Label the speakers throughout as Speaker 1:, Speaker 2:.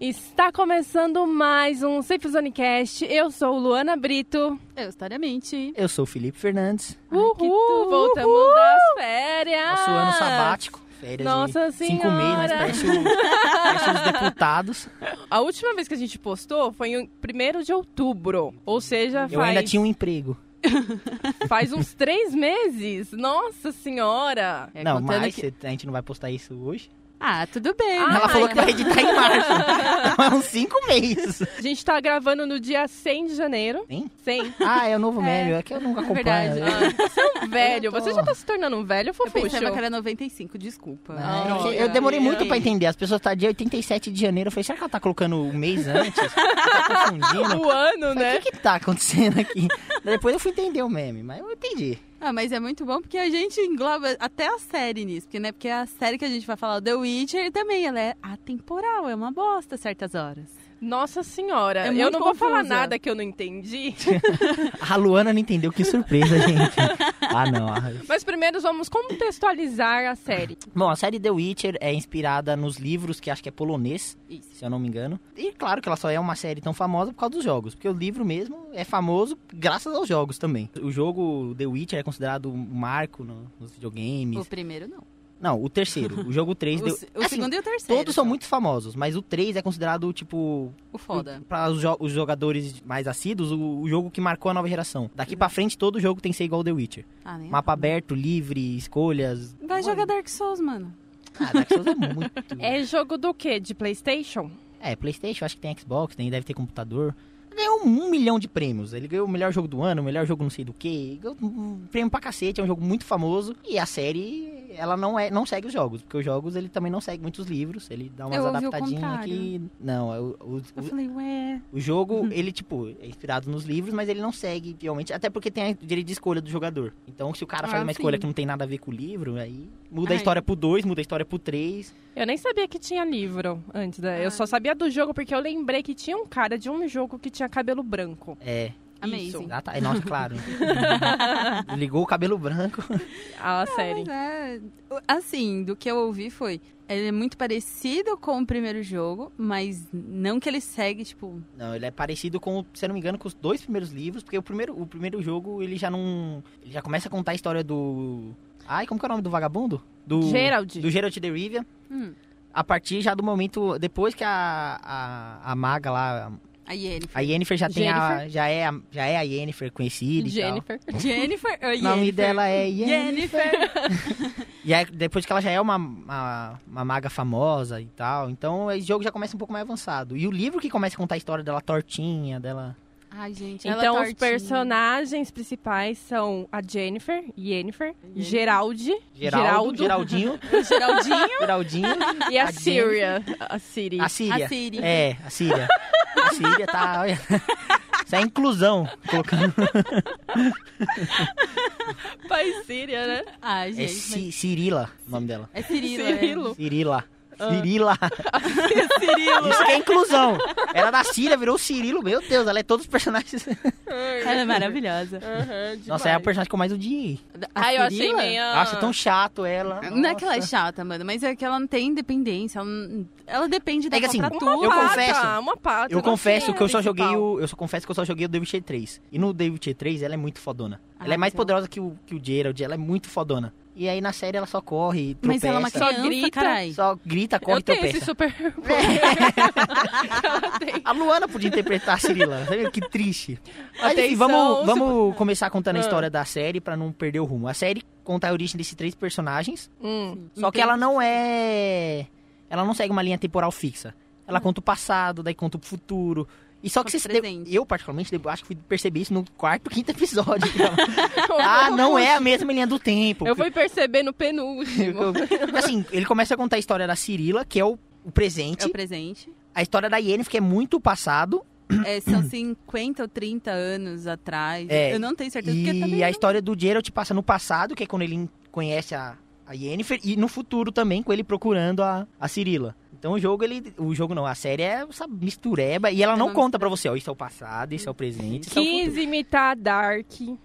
Speaker 1: Está começando mais um Safe Zone Cast. Eu sou Luana Brito.
Speaker 2: É, Eu, historiamente.
Speaker 3: Eu sou o Felipe Fernandes.
Speaker 1: Uhul, voltamos das férias.
Speaker 3: Nosso ano sabático. Férias
Speaker 1: Ah! Nossa
Speaker 3: de cinco meses, mas
Speaker 1: Senhora.
Speaker 3: parece, o, parece os deputados.
Speaker 1: A última vez que a gente postou foi em 1 de outubro. Ou seja,
Speaker 3: Eu
Speaker 1: faz,
Speaker 3: ainda tinha um emprego.
Speaker 1: faz uns três meses. Nossa senhora.
Speaker 2: É,
Speaker 3: não,
Speaker 2: contando
Speaker 3: mas
Speaker 2: que-
Speaker 3: a gente não vai postar isso hoje.
Speaker 2: Ah, tudo bem.
Speaker 1: Ah,
Speaker 2: né?
Speaker 3: Ela falou que
Speaker 1: então-
Speaker 3: vai editar em março. Então é uns cinco meses.
Speaker 1: A gente está gravando no dia 100 de janeiro.
Speaker 3: Hein?
Speaker 1: 100.
Speaker 3: Ah, é o novo meme. É que eu nunca acompanho.
Speaker 2: verdade.
Speaker 3: né?
Speaker 1: Ah, você é um velho.
Speaker 3: Eu tô-
Speaker 1: Você já tá se tornando um velho,
Speaker 2: Eu
Speaker 1: fofuxo?
Speaker 2: pensava que era 95, desculpa.
Speaker 3: Ah,
Speaker 1: Não,
Speaker 3: é que
Speaker 1: olha,
Speaker 3: eu demorei muito
Speaker 2: ok.
Speaker 3: pra entender. As pessoas tá dia 87 de janeiro. Eu falei, será que ela tá colocando um mês antes? tá confundindo?
Speaker 1: O ano,
Speaker 3: Eu falei,
Speaker 1: né?
Speaker 3: O que, que tá acontecendo aqui? Depois eu fui entender o meme, mas eu entendi.
Speaker 2: Ah, mas é muito bom porque a gente engloba até a série nisso, porque, né? Porque a série que a gente vai falar, The Witcher, também ela é atemporal, é uma bosta certas horas.
Speaker 1: Nossa senhora.
Speaker 2: É
Speaker 1: eu
Speaker 2: muito
Speaker 1: não vou falar
Speaker 2: confusa.
Speaker 1: nada que eu não entendi.
Speaker 3: A Luana não entendeu, que surpresa, gente. Ah, não. ah.
Speaker 1: Mas primeiro vamos contextualizar a série.
Speaker 3: Bom, a série The Witcher é inspirada nos livros, que acho que é polonês,
Speaker 2: Isso.
Speaker 3: se eu não me engano. E claro que ela só é uma série tão famosa por causa dos jogos, porque o livro mesmo é famoso graças aos jogos também. O jogo The Witcher é considerado um marco no- nos videogames.
Speaker 2: O primeiro não.
Speaker 3: Não, o terceiro. O jogo 3
Speaker 2: O,
Speaker 3: deu...
Speaker 2: se- o
Speaker 3: Assim,
Speaker 2: segundo e o terceiro.
Speaker 3: Todos são
Speaker 2: só.
Speaker 3: muito famosos, mas o 3 é considerado, tipo,
Speaker 2: O foda.
Speaker 3: para os, jo- os jogadores mais assíduos, o, o jogo que marcou a nova geração. Daqui
Speaker 2: Uhum.
Speaker 3: pra frente, todo jogo tem que ser igual ao The Witcher.
Speaker 2: Ah, nem.
Speaker 3: Mapa aberto, livre, escolhas.
Speaker 2: Vai jogar Dark Souls, mano.
Speaker 3: Ah, Dark Souls é muito.
Speaker 1: É jogo do quê? De PlayStation?
Speaker 3: É, Playstation, acho que tem Xbox, tem, deve ter computador. Ganhou um milhão de prêmios. Ele ganhou o melhor jogo do ano, o melhor jogo não sei do que. Ganhou um prêmio pra cacete, é um jogo muito famoso. E a série, ela não, é, não segue os jogos, porque os jogos ele também não segue muitos livros. Ele dá umas
Speaker 2: Eu ouvi o
Speaker 3: adaptadinhas
Speaker 2: contrário.
Speaker 3: aqui. Não, é o, o-
Speaker 2: Eu
Speaker 3: o-
Speaker 2: falei, ué.
Speaker 3: o
Speaker 2: Uhum.
Speaker 3: jogo, ele, tipo, é inspirado nos livros, mas ele não segue realmente. Até porque tem a direito de escolha do jogador. Então, se o cara faz
Speaker 2: Ah,
Speaker 3: uma escolha
Speaker 2: sim.
Speaker 3: que não tem nada a ver com o livro, aí muda a
Speaker 2: Ai.
Speaker 3: história pro 2, muda a história pro 3.
Speaker 1: Eu nem sabia que tinha livro antes. Da... Eu
Speaker 2: Ai.
Speaker 1: só sabia do jogo porque eu lembrei que tinha um cara de um jogo que tinha cabelo branco.
Speaker 3: É.
Speaker 2: Amazing.
Speaker 3: Ah, tá. É, Nossa, claro. Ligou o cabelo branco.
Speaker 1: A série.
Speaker 2: Mas é, o- assim, do que eu ouvi foi, ele é muito parecido com o primeiro jogo, mas não que ele segue, tipo,
Speaker 3: Não, ele é parecido com, se eu não me engano, com os dois primeiros livros, porque o primeiro, o primeiro jogo, ele já não. Ele já começa a contar a história do. Ai, como que é o nome do vagabundo? Do.
Speaker 1: Gerald.
Speaker 3: é Do Geralt de Rivia.
Speaker 2: hum,
Speaker 3: A partir já do momento. Depois que a. A, a maga lá.
Speaker 2: a Yennefer.
Speaker 3: A Yennefer já tem a.
Speaker 1: Jennifer.
Speaker 3: Já é a, já é a Yennefer conhecida
Speaker 1: Jennifer.
Speaker 2: Jennifer ou
Speaker 3: e tal. O nome
Speaker 2: Yennefer?
Speaker 3: dela é Yennefer.
Speaker 2: Yennefer.
Speaker 3: E aí, depois que ela já é uma, uma, uma maga famosa e tal, então esse jogo já começa um pouco mais avançado. E o livro que começa a contar a história dela tortinha, dela.
Speaker 2: Ai, gente, ela é tá
Speaker 1: Então, os
Speaker 2: tortinha.
Speaker 1: personagens principais são a Jennifer, Yennefer, Geraldi,
Speaker 3: Geraldo,
Speaker 1: Geraldo
Speaker 3: Geraldinho,
Speaker 2: Geraldinho,
Speaker 3: Geraldinho,
Speaker 1: e a,
Speaker 3: A
Speaker 1: Syria. A Siri.
Speaker 3: a
Speaker 2: a
Speaker 3: Síria.
Speaker 2: Siri.
Speaker 3: É, a Síria. A Síria tá. olha. Isso é inclusão, colocando.
Speaker 1: Pai Síria, né?
Speaker 2: Ai,
Speaker 3: É
Speaker 2: gente, mas-
Speaker 3: Ci- Cirila o nome dela.
Speaker 2: é Cirilo.
Speaker 1: Cirilo.
Speaker 3: Cirila.
Speaker 1: Ah.
Speaker 3: Cirila.
Speaker 2: Cirilo.
Speaker 3: Isso que é inclusão. Ela da Síria virou Cirilo, meu Deus, ela é todos os personagens.
Speaker 2: Ela é maravilhosa.
Speaker 1: Aham,
Speaker 3: Nossa, é a
Speaker 1: demais.
Speaker 3: personagem que eu mais odiei.
Speaker 2: A
Speaker 1: Ai, eu achei
Speaker 2: Cirila?
Speaker 1: meio.
Speaker 3: Acho tão chato ela.
Speaker 2: Ah. Não é que ela é
Speaker 3: Nossa.
Speaker 2: chata, mano, mas é que ela não tem independência. Ela, não- ela depende da
Speaker 3: que assim,
Speaker 2: pra
Speaker 3: uma
Speaker 2: tudo.
Speaker 3: Eu confesso-
Speaker 1: uma pata.
Speaker 2: é
Speaker 3: Eu
Speaker 1: não
Speaker 3: confesso
Speaker 1: tinha
Speaker 3: que eu só
Speaker 1: principal.
Speaker 3: joguei o. Eu só confesso que eu só joguei o The Witcher 3. E no The Witcher 3 ela é muito fodona.
Speaker 2: Ah,
Speaker 3: ela é mais
Speaker 2: então.
Speaker 3: poderosa que o, que o Geralt, ela é muito fodona. E aí na série ela só corre, tropeça,
Speaker 2: Mas ela é uma
Speaker 1: Só
Speaker 2: criança,
Speaker 1: grita,
Speaker 2: carai.
Speaker 3: só grita, corre
Speaker 1: Eu
Speaker 3: e
Speaker 1: tenho esse
Speaker 3: tropeça.
Speaker 1: super. Ela tem.
Speaker 3: A Luana podia interpretar a Cirila, sabe? que triste. Mas,
Speaker 1: Atenção,
Speaker 3: enfim, vamos,
Speaker 1: se-
Speaker 3: vamos começar contando a
Speaker 1: Ah.
Speaker 3: história da série pra não perder o rumo. A série conta a origem desses três personagens,
Speaker 1: Hum.
Speaker 3: só
Speaker 2: Então,
Speaker 3: que ela não é... Ela não segue uma linha temporal fixa. Ela conta o passado, daí conta o futuro. E só que
Speaker 2: Conta o
Speaker 3: vocês de-
Speaker 2: presente.
Speaker 3: eu, particularmente, de- acho que fui perceber isso no quarto, quinto episódio. ah, não é a mesma linha do tempo.
Speaker 1: Eu fui perceber no penúltimo.
Speaker 3: Assim, ele começa a contar a história da Cirila, que é o, o presente.
Speaker 2: É o presente.
Speaker 3: A história da Yennefer, que é muito o passado.
Speaker 2: É, são 50 ou 30 anos atrás.
Speaker 3: É,
Speaker 2: eu não tenho certeza porque também.
Speaker 3: E a história do Geralt passa no passado, que é quando ele conhece a, a Yennefer. E no futuro também, com ele procurando a, a Cirila. Então o jogo, ele. O jogo não, a série é essa mistureba e ela
Speaker 2: É
Speaker 3: não
Speaker 2: uma
Speaker 3: conta pra você, ó, isso é o passado, isso é o presente, isso é o futuro.
Speaker 1: Quis imitar Dark. Quis...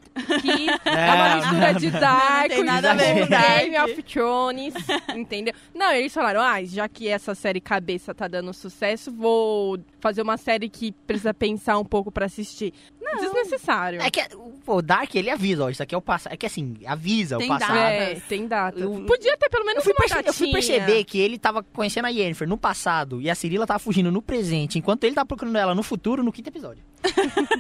Speaker 1: É uma
Speaker 3: Ah. Não,
Speaker 1: mistura de Dark,
Speaker 2: Não tem nada
Speaker 3: a ver com
Speaker 1: com
Speaker 2: Dark.
Speaker 1: Game of Thrones, entendeu? Não, eles falaram, ah, já que essa série cabeça tá dando sucesso, vou fazer uma série que precisa pensar um pouco pra assistir. Não, desnecessário.
Speaker 3: É que pô, o Dark, ele avisa, ó, isso aqui é o passado. É que assim, avisa
Speaker 2: Tem
Speaker 3: o passado.
Speaker 2: data.
Speaker 1: É, tem data.
Speaker 3: Eu-
Speaker 1: Podia ter pelo menos
Speaker 3: Eu fui,
Speaker 1: uma
Speaker 3: perce- eu fui
Speaker 1: datinha.
Speaker 3: perceber que ele tava conhecendo a Yennefer no passado e a Cirila tava fugindo no presente, enquanto ele tá procurando ela no futuro, no quinto episódio.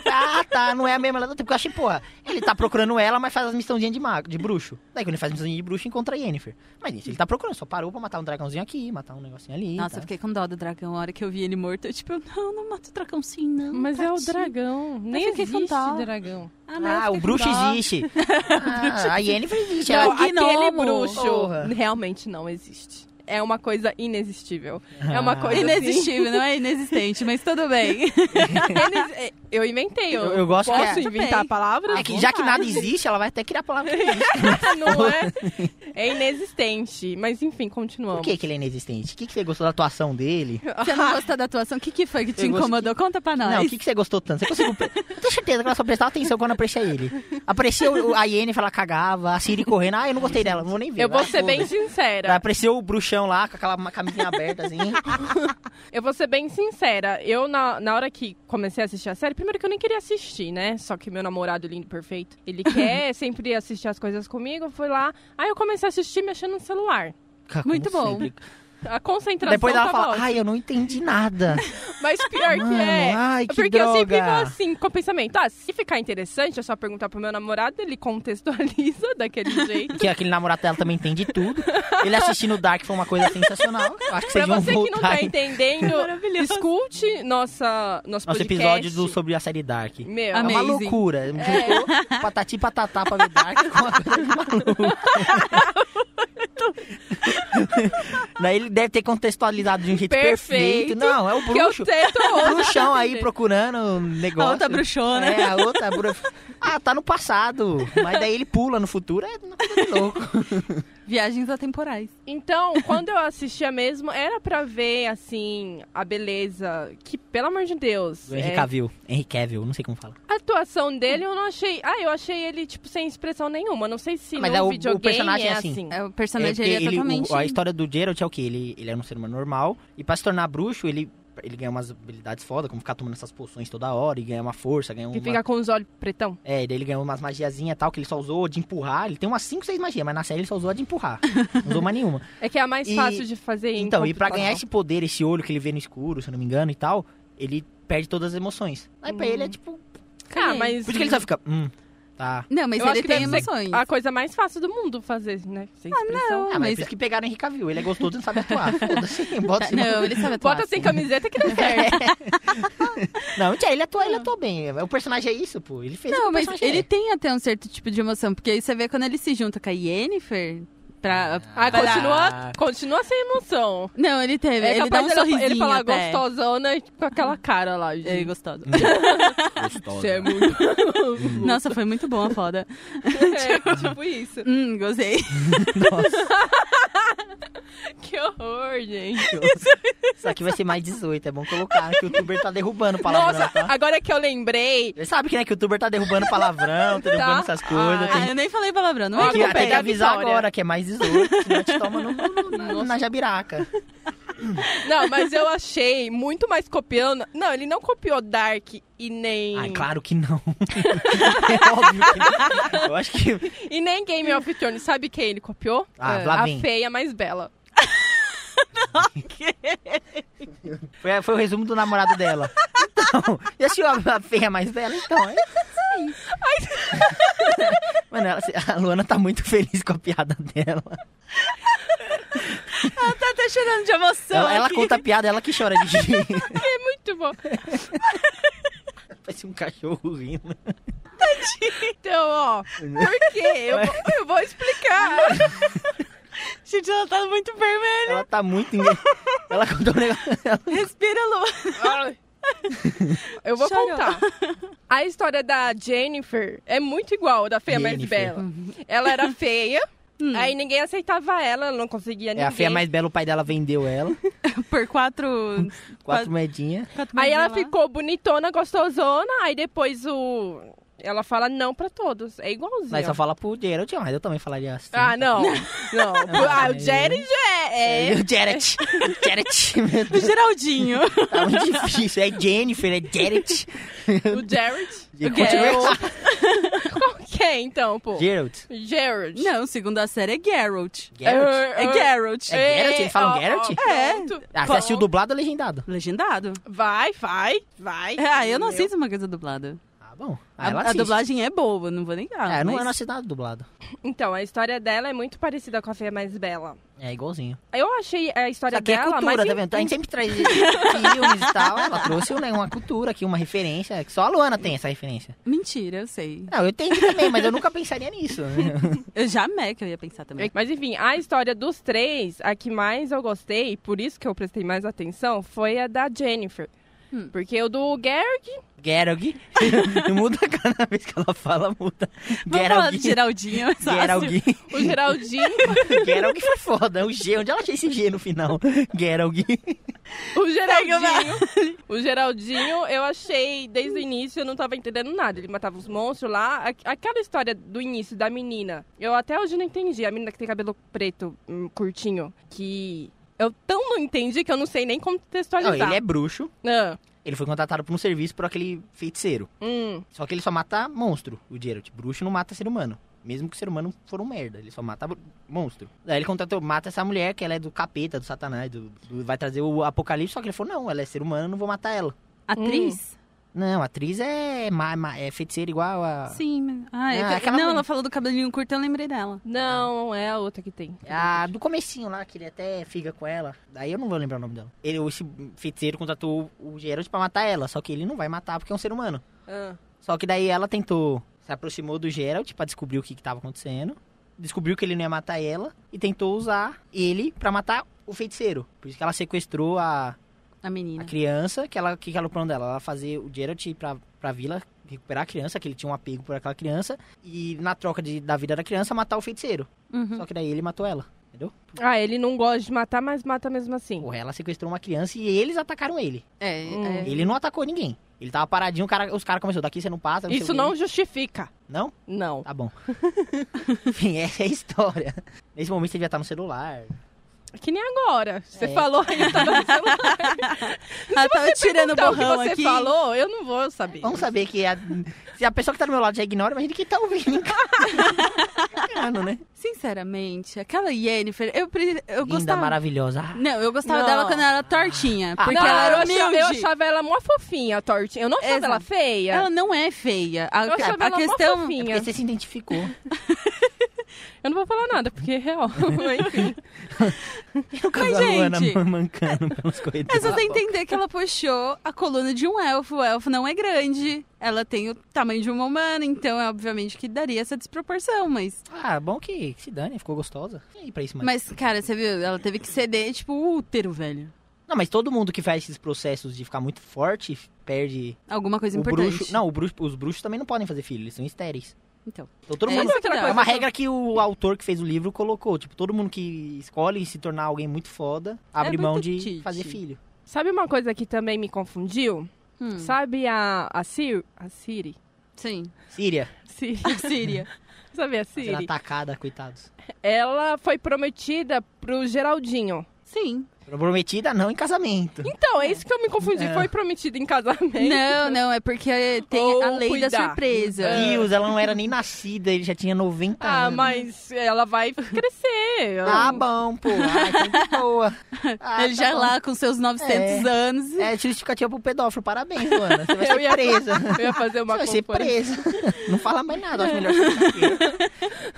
Speaker 3: ah, tá, não é a mesma. Porque eu achei, porra, ele tá procurando ela, mas faz as missãozinhas de mago, de bruxo. Daí quando ele faz missãozinha de bruxo, encontra a Yennefer. Mas gente, ele tá procurando, só parou pra matar um dragãozinho aqui, matar um negocinho ali.
Speaker 2: Nossa, eu
Speaker 3: tá?
Speaker 2: fiquei com dó do dragão. A hora que eu vi ele morto, eu tipo, não, não mata o dragão sim, não.
Speaker 1: Mas é o
Speaker 2: tadinho.
Speaker 1: dragão. Nem
Speaker 2: fiquei com
Speaker 1: existe
Speaker 2: dó.
Speaker 1: dragão.
Speaker 2: mas eu
Speaker 3: Ah,
Speaker 2: fiquei
Speaker 3: o
Speaker 2: com
Speaker 3: bruxo
Speaker 2: dó.
Speaker 3: existe. Ah, a Yennefer existe.
Speaker 2: Não,
Speaker 3: ela-
Speaker 2: aqui
Speaker 1: Aquele
Speaker 2: gnomo.
Speaker 1: bruxo
Speaker 3: Porra.
Speaker 1: realmente não existe. É uma coisa inexistível. É uma
Speaker 3: Ah.
Speaker 1: coisa
Speaker 2: Inexistível, não é inexistente, mas tudo bem.
Speaker 1: Eles- é, eu inventei. Eu,
Speaker 3: Eu- eu gosto que
Speaker 1: posso
Speaker 3: é-
Speaker 1: inventar
Speaker 2: Também.
Speaker 1: palavras?
Speaker 3: É que já que nada existe, ela vai até criar a palavra que não existe.
Speaker 1: não é? É inexistente. Mas enfim, continuamos.
Speaker 3: Por que, que ele é inexistente? O que, que você gostou da atuação dele?
Speaker 2: Você não gostou da atuação? O que, que foi que te
Speaker 3: Eu gostei.
Speaker 2: incomodou? Conta pra nós.
Speaker 3: Não, o que, que você gostou tanto? Você conseguiu. pre- Eu tenho certeza que ela só prestava atenção quando aparecia ele. Apareceu o- a Yennefer, ela cagava, a Siri correndo. Ah, eu não gostei dela, não vou nem ver.
Speaker 1: Eu vou
Speaker 3: vai,
Speaker 1: ser bem
Speaker 3: foda-se. Daí
Speaker 1: sincera.
Speaker 3: Apareceu o bruxão lá, com aquela ma- camisinha aberta, assim.
Speaker 1: Eu vou ser bem sincera. Eu, na, na hora que comecei a assistir a série, primeiro que eu nem queria assistir, né? Só que meu namorado lindo, perfeito, ele quer sempre assistir as coisas comigo. Eu fui lá. Aí eu comecei a assistir mexendo no celular.
Speaker 3: Cara,
Speaker 2: Muito
Speaker 3: como
Speaker 2: bom.
Speaker 3: sempre.
Speaker 1: A concentração
Speaker 3: Depois ela
Speaker 1: tava
Speaker 3: fala,
Speaker 1: ótima.
Speaker 3: ai, eu não entendi nada.
Speaker 1: Mas pior
Speaker 3: Mano,
Speaker 1: que é.
Speaker 3: ai, que
Speaker 1: Porque
Speaker 3: droga.
Speaker 1: eu sempre vou assim, com o pensamento, ah, se ficar interessante, é só perguntar pro meu namorado, ele contextualiza daquele jeito.
Speaker 3: Que aquele namorado dela também entende tudo. Ele assistindo o Dark foi uma coisa sensacional. Eu acho que
Speaker 1: pra
Speaker 3: vocês vão
Speaker 1: você que não
Speaker 3: voltar.
Speaker 1: tá
Speaker 3: em-
Speaker 1: entendendo, escute nossa, nosso,
Speaker 3: Nosso
Speaker 1: podcast.
Speaker 3: episódio do- sobre a série Dark.
Speaker 1: Meu,
Speaker 3: É uma
Speaker 2: Amazing.
Speaker 3: loucura. Juntou Patati e patatá pra ver Dark com uma coisa de maluco. Daí ele deve ter contextualizado de um jeito
Speaker 1: Perfeito.
Speaker 3: perfeito. Não, é o
Speaker 1: que eu
Speaker 3: bruxo.
Speaker 1: tento
Speaker 3: O
Speaker 1: hoje.
Speaker 3: bruxão aí procurando um negócio.
Speaker 2: A outra bruxona.
Speaker 3: É, a outra bruxa. Ah, tá no passado. Mas daí ele pula no futuro. É uma coisa de louco.
Speaker 2: Viagens atemporais.
Speaker 1: Então, quando eu assistia mesmo, era pra ver, assim, a beleza, que, pelo amor de Deus,
Speaker 3: Do Henry
Speaker 1: é,
Speaker 3: Cavill. Henry Cavill, não sei como fala.
Speaker 1: a atuação dele eu não achei... Ah, eu achei ele, tipo, sem expressão nenhuma. Não sei se
Speaker 3: Mas
Speaker 1: no
Speaker 3: é o- o
Speaker 1: videogame
Speaker 3: personagem
Speaker 1: é
Speaker 3: é assim.
Speaker 2: É, o
Speaker 3: É
Speaker 2: personagem
Speaker 3: porque
Speaker 2: ele é
Speaker 3: ele-
Speaker 2: totalmente.
Speaker 3: o- a história do Geralt é o quê? Ele, ele era um ser humano normal. E pra se tornar bruxo, ele, ele ganha umas habilidades foda, como ficar tomando essas poções toda hora e ganha uma força, ganha uma.
Speaker 1: E fica com os olhos pretão.
Speaker 3: É, daí ele ganhou umas magiazinhas e tal, que ele só usou de empurrar. Ele tem umas 5, 6 magias, mas na série ele só usou a de empurrar. Não usou mais nenhuma.
Speaker 1: É que é a mais
Speaker 3: E-
Speaker 1: fácil de fazer em
Speaker 3: Então, e pra ganhar
Speaker 1: computação.
Speaker 3: esse poder, esse olho que ele vê no escuro, se eu não me engano, e tal, ele perde todas as emoções. Aí pra
Speaker 1: Hum.
Speaker 3: ele é tipo.
Speaker 1: Ah, mas
Speaker 3: Por isso que ele só fica. Hum, tá.
Speaker 2: Não, mas
Speaker 1: Eu acho
Speaker 2: ele
Speaker 1: que
Speaker 2: tem
Speaker 1: deve ser
Speaker 2: emoções.
Speaker 1: a Ah, coisa mais fácil do mundo fazer, né? Sem expressão.
Speaker 3: Ah,
Speaker 2: mas-
Speaker 3: mas, por isso que pegaram o Henrique Cavill. Ele é gostoso e não sabe atuar. Foda-se. Bota esse
Speaker 2: Não, ele sabe atuar.
Speaker 1: Bota sem
Speaker 2: assim.
Speaker 1: camiseta que dá certo.
Speaker 3: Não, tia, ele atua, ele
Speaker 1: Ah.
Speaker 3: atua bem. O personagem é isso, pô. Ele fez o que
Speaker 2: Não,
Speaker 3: o
Speaker 2: mas
Speaker 3: personagem
Speaker 2: ele
Speaker 3: é.
Speaker 2: tem até um certo tipo de emoção, porque aí você vê quando ele se junta com a Yennefer pra.
Speaker 1: Ah,
Speaker 2: pra-
Speaker 1: continua, continua sem emoção.
Speaker 2: Não, ele teve.
Speaker 1: É
Speaker 2: ele dá
Speaker 1: capaz
Speaker 2: um
Speaker 1: dele-
Speaker 2: sorrisinho
Speaker 1: ele falar
Speaker 2: até.
Speaker 1: gostosona e com aquela cara lá, gente.
Speaker 3: Hum.
Speaker 2: É, gostoso.
Speaker 1: Você é muito...
Speaker 2: Nossa, foi muito bom a foda.
Speaker 1: É, tipo isso.
Speaker 2: Hum, gostei.
Speaker 1: Que horror, gente.
Speaker 3: Isso aqui vai ser mais 18, é bom colocar. Que o youtuber tá derrubando palavrão,
Speaker 1: Nossa,
Speaker 3: tá?
Speaker 1: agora que eu lembrei...
Speaker 3: Ele sabe que, né, que o youtuber tá derrubando palavrão, tá derrubando essas coisas.
Speaker 1: Ai,
Speaker 3: tem-
Speaker 2: Ah, eu nem falei palavrão, não
Speaker 1: Ó,
Speaker 2: é
Speaker 3: Tem
Speaker 2: que
Speaker 3: que,
Speaker 1: não
Speaker 3: Ah, tem que
Speaker 1: pega a
Speaker 3: avisar
Speaker 1: vitória.
Speaker 3: agora que é mais 18, senão te toma no, no- no- na jabiraca.
Speaker 1: Não, mas eu achei muito mais copiando... Não, ele não copiou Dark e nem...
Speaker 3: Ai, Ah, claro que não. é óbvio que não. Eu acho que.
Speaker 1: E nem Game of Thrones. Sabe quem ele copiou?
Speaker 3: Ah,
Speaker 1: É,
Speaker 3: lá
Speaker 1: a
Speaker 3: vem.
Speaker 1: feia mais bela.
Speaker 3: Foi, foi o resumo do namorado dela. Então, e a senhora a feia mais velha? Então, é isso aí. Mano, ela- a Luana tá muito feliz com a piada dela.
Speaker 2: tá até chorando de emoção.
Speaker 1: Então,
Speaker 3: Ela, ela
Speaker 2: aqui.
Speaker 3: conta a piada, ela que chora de rir.
Speaker 1: É Muito bom.
Speaker 3: Parece um cachorro rindo.
Speaker 1: Então, ó, por quê? Eu, vou- eu vou explicar.
Speaker 2: Gente, ela tá muito vermelha.
Speaker 3: Ela tá muito. engan- Ela contou um negócio.
Speaker 2: Respira, Lu.
Speaker 1: Ai. Eu vou
Speaker 2: Chorou.
Speaker 1: contar. A história da Jennifer é muito igual da feia mais
Speaker 3: Jennifer.
Speaker 1: bela. Ela era feia,
Speaker 2: Hum,
Speaker 1: Aí ninguém aceitava ela, ela não conseguia
Speaker 3: É
Speaker 1: ninguém.
Speaker 3: a feia mais bela, o pai dela vendeu ela.
Speaker 2: por quatro.
Speaker 3: Quatro moedinhas.
Speaker 2: quatro
Speaker 1: Aí
Speaker 2: meses
Speaker 1: ela
Speaker 2: lá.
Speaker 1: ficou bonitona, gostosona, aí depois o... Ela fala não pra todos, é igualzinho.
Speaker 3: Mas só fala pro Geralt, mas eu também falaria assim.
Speaker 1: Ah, não. não. Ah, o Jerry já é...
Speaker 3: É. o Geralt. O Geralt, meu Deus.
Speaker 2: Geraldinho.
Speaker 3: Tá muito difícil. É Jennifer, é Geralt.
Speaker 1: O Jared?
Speaker 3: E
Speaker 1: Geralt.
Speaker 3: continua-
Speaker 1: Qual que é, então, pô?
Speaker 3: Geralt.
Speaker 1: Jared.
Speaker 2: Não, segunda série é Geralt.
Speaker 3: Geralt.
Speaker 2: É Geralt.
Speaker 3: É Geralt? Eles falam Geralt?
Speaker 1: É.
Speaker 2: É.
Speaker 1: pronto.
Speaker 3: Ah, você assistiu dublado ou legendado?
Speaker 2: Legendado.
Speaker 1: Vai, vai, vai.
Speaker 2: Ah, eu não
Speaker 1: Meu.
Speaker 2: assisto uma coisa dublada.
Speaker 3: Ah, bom. Ah, ela
Speaker 2: A, a
Speaker 3: assiste.
Speaker 2: dublagem é boa, não vou negar.
Speaker 3: É, não é
Speaker 2: mas-
Speaker 3: na cidade dublado.
Speaker 1: Então, a história dela é muito parecida com a Feia Mais Bela.
Speaker 3: É igualzinho.
Speaker 1: Eu achei a história
Speaker 3: Isso aqui é
Speaker 1: dela
Speaker 3: cultura,
Speaker 1: mais
Speaker 3: tá vendo? A
Speaker 2: um
Speaker 3: gente sempre traz filmes e tal. Ela trouxe né, uma cultura aqui, uma referência. que Só a Luana tem essa referência.
Speaker 2: Mentira, eu sei.
Speaker 3: Não, eu tenho também, mas eu nunca pensaria nisso. né?
Speaker 2: Eu jamais que eu ia pensar
Speaker 3: É
Speaker 2: também.
Speaker 1: Mas enfim, a história dos três, a que mais eu gostei, por isso que eu prestei mais atenção, foi a da Jennifer.
Speaker 2: Hum.
Speaker 1: Porque o do Garrick,
Speaker 3: Geralt. muda cada vez que ela fala, muda.
Speaker 2: Vamos falar do
Speaker 3: Geralt.
Speaker 2: Geraldinho. é fácil.
Speaker 3: Geralt.
Speaker 1: o Geraldinho,
Speaker 3: Geralt foi foda. O G, onde ela achei esse G no final? Geralt.
Speaker 1: o Geraldinho, o Geraldinho, eu achei desde o início, eu não tava entendendo nada. Ele matava os monstros lá, a- aquela história do início da menina, eu até hoje não entendi. A menina que tem cabelo preto hum, curtinho, que eu tão não entendi que eu não sei nem
Speaker 3: Não,
Speaker 1: contextualizar.
Speaker 3: ele é bruxo.
Speaker 1: Ah,
Speaker 3: Ele foi contratado por um serviço por aquele feiticeiro.
Speaker 1: hum.
Speaker 3: Só que ele só mata monstro, o Geralt. Bruxo não mata ser humano. Mesmo que o ser humano for um merda, ele só mata bru- monstro. Daí ele contratou, mata essa mulher, que ela é do capeta, do satanás, do, do- vai trazer o apocalipse. Só que ele falou, não, ela é ser humana, eu não vou matar ela.
Speaker 2: Atriz?
Speaker 3: Hum. Não, a atriz é, ma- ma- é feiticeira igual a...
Speaker 2: Sim. mas- Ah, eu-
Speaker 3: Ah, aquela
Speaker 2: Não,
Speaker 3: mulher.
Speaker 2: ela falou do cabelinho curto, eu lembrei dela.
Speaker 1: Não, é a outra que tem.
Speaker 3: A do comecinho lá, que ele até fica com ela. Daí eu não vou lembrar o nome dela. Ele, esse feiticeiro contratou o Geralt pra matar ela. Só que ele não vai matar porque é um ser humano.
Speaker 1: Ah.
Speaker 3: Só que daí ela tentou, se aproximou do Geralt pra descobrir o que, que tava acontecendo. Descobriu que ele não ia matar ela e tentou usar ele pra matar o feiticeiro. Por isso que ela sequestrou a,
Speaker 2: A
Speaker 3: a
Speaker 2: menina.
Speaker 3: criança, que ela que que era o plano dela, ela fazer o Geralt ir pra, pra vila, recuperar a criança, que ele tinha um apego por aquela criança, e na troca de, da vida da criança, matar o feiticeiro.
Speaker 2: Uhum.
Speaker 3: Só que daí ele matou ela, entendeu?
Speaker 1: Ah, ele não gosta de matar, mas mata mesmo assim.
Speaker 3: Porra, ela sequestrou uma criança e eles atacaram ele.
Speaker 2: É,
Speaker 1: Hum.
Speaker 2: é.
Speaker 3: Ele não atacou ninguém. Ele tava paradinho, o cara, os caras começaram, daqui você não passa. sei
Speaker 1: Isso
Speaker 3: o quê."
Speaker 1: não justifica.
Speaker 3: Não?
Speaker 1: Não.
Speaker 3: Tá bom. Enfim, essa é a história. Nesse momento você devia estar no celular.
Speaker 1: Que nem agora. Você
Speaker 3: É.
Speaker 1: falou aí, eu tava no celular.
Speaker 2: Ela tava tirando o
Speaker 1: Então, o que
Speaker 2: borrão
Speaker 1: você
Speaker 2: aqui.
Speaker 1: falou, eu não vou saber.
Speaker 3: Vamos saber que a, se a pessoa que tá do meu lado já ignora, imagina quem tá ouvindo em casa. Caralho, né?
Speaker 2: Sinceramente, aquela Yennefer, eu, pre- eu
Speaker 3: Linda,
Speaker 2: gostava.
Speaker 3: maravilhosa. Ah,
Speaker 2: Não, eu gostava
Speaker 1: Não.
Speaker 2: dela quando ela era tortinha.
Speaker 3: Ah,
Speaker 2: porque
Speaker 1: não,
Speaker 2: ela
Speaker 1: eu
Speaker 2: era
Speaker 1: achava, eu
Speaker 2: humilde.
Speaker 1: achava ela mó fofinha, a tortinha. Eu não achava
Speaker 2: Exato.
Speaker 1: ela feia.
Speaker 2: Ela não é feia. A,
Speaker 1: Eu achava
Speaker 2: a
Speaker 1: ela mó
Speaker 2: questão.
Speaker 3: é
Speaker 1: fofinha.
Speaker 3: porque você se identificou.
Speaker 1: Eu não vou falar nada, porque é real. Enfim.
Speaker 3: Eu
Speaker 2: Mas,
Speaker 3: a Luana
Speaker 2: gente-
Speaker 3: man- mancando pelos
Speaker 2: É
Speaker 3: corredores.
Speaker 2: só você entender que ela puxou a coluna de um elfo. O elfo não é grande. Ela tem o tamanho de uma humana, então é obviamente que daria essa desproporção, mas.
Speaker 3: Ah, bom que, que se dane, ficou gostosa. E aí pra isso, mano?
Speaker 2: Mas, cara, você viu? Ela teve que ceder, tipo, o útero, velho.
Speaker 3: Não, mas todo mundo que faz esses processos de ficar muito forte perde
Speaker 2: Alguma coisa
Speaker 3: o
Speaker 2: é importante.
Speaker 3: bruxo. Não, o bruxo, os bruxos também não podem fazer filho, eles são estéreis.
Speaker 2: Então.
Speaker 3: Então todo
Speaker 2: É
Speaker 3: mundo
Speaker 2: isso que
Speaker 1: outra
Speaker 2: dá.
Speaker 1: coisa
Speaker 3: É uma regra que o autor que fez o livro colocou. Tipo, todo mundo que escolhe se tornar alguém muito foda, abre
Speaker 2: É muito
Speaker 3: mão de
Speaker 2: tite.
Speaker 3: fazer filho.
Speaker 1: Sabe uma coisa que também me confundiu?
Speaker 2: Hum,
Speaker 1: Sabe a, a Siri? A Siri?
Speaker 2: Sim.
Speaker 3: Síria,
Speaker 1: Siri.
Speaker 2: A Síria.
Speaker 1: Sabe a
Speaker 3: sendo
Speaker 2: tá-
Speaker 1: Siri?
Speaker 3: atacada, coitados.
Speaker 1: Ela foi prometida pro Geraldinho.
Speaker 2: Sim.
Speaker 3: Prometida não em casamento.
Speaker 1: Então, é isso que eu me confundi.
Speaker 3: É.
Speaker 1: Foi prometida em casamento.
Speaker 2: Não, não, é porque tem
Speaker 1: Ou
Speaker 2: a lei da
Speaker 1: cuidar.
Speaker 2: surpresa.
Speaker 3: Deus, ela não era nem nascida, ele já tinha 90
Speaker 1: Ah,
Speaker 3: anos.
Speaker 1: mas ela vai crescer.
Speaker 2: Ah,
Speaker 3: Tá bom, pô. Ai, tá de boa. Ah,
Speaker 2: Ele
Speaker 3: tá
Speaker 2: já
Speaker 3: bom.
Speaker 2: lá com seus 900 anos.
Speaker 3: É justificativa pro pedófilo. Parabéns, Luana. Você vai
Speaker 1: Eu
Speaker 2: tá
Speaker 3: ser
Speaker 1: ia-
Speaker 3: presa.
Speaker 1: Eu ia fazer uma
Speaker 3: Você vai ser
Speaker 1: comparação.
Speaker 3: presa. Não fala mais nada. Acho melhor você ficar quieto.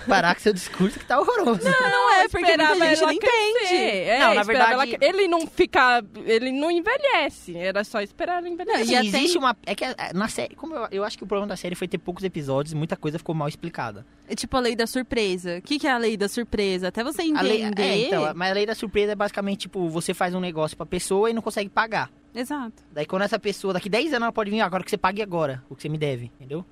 Speaker 3: parar com seu discurso que tá horroroso.
Speaker 2: Não é, porque
Speaker 1: Esperava
Speaker 2: muita gente
Speaker 1: ela
Speaker 2: nem
Speaker 1: crescer.
Speaker 2: entende.
Speaker 1: É,
Speaker 3: Não, na
Speaker 1: esperava
Speaker 3: verdade-
Speaker 1: ela cre- Ele não fica... Ele não envelhece. Era só esperar ela envelhecer.
Speaker 2: Não,
Speaker 3: Assim,
Speaker 2: e até
Speaker 3: existe uma. É que é, na série, como eu, eu acho que o problema da série foi ter poucos episódios, muita coisa ficou mal explicada.
Speaker 2: É tipo a lei da surpresa. O que, que é a lei da surpresa? Até você
Speaker 3: A lei,
Speaker 2: entender.
Speaker 3: é, então, a- mas a lei da surpresa é basicamente tipo, você faz um negócio pra pessoa e não consegue pagar.
Speaker 2: Exato.
Speaker 3: Daí quando essa pessoa, daqui 10 anos, ela pode vir, "Ah, agora que você pague agora, o que você me deve, entendeu?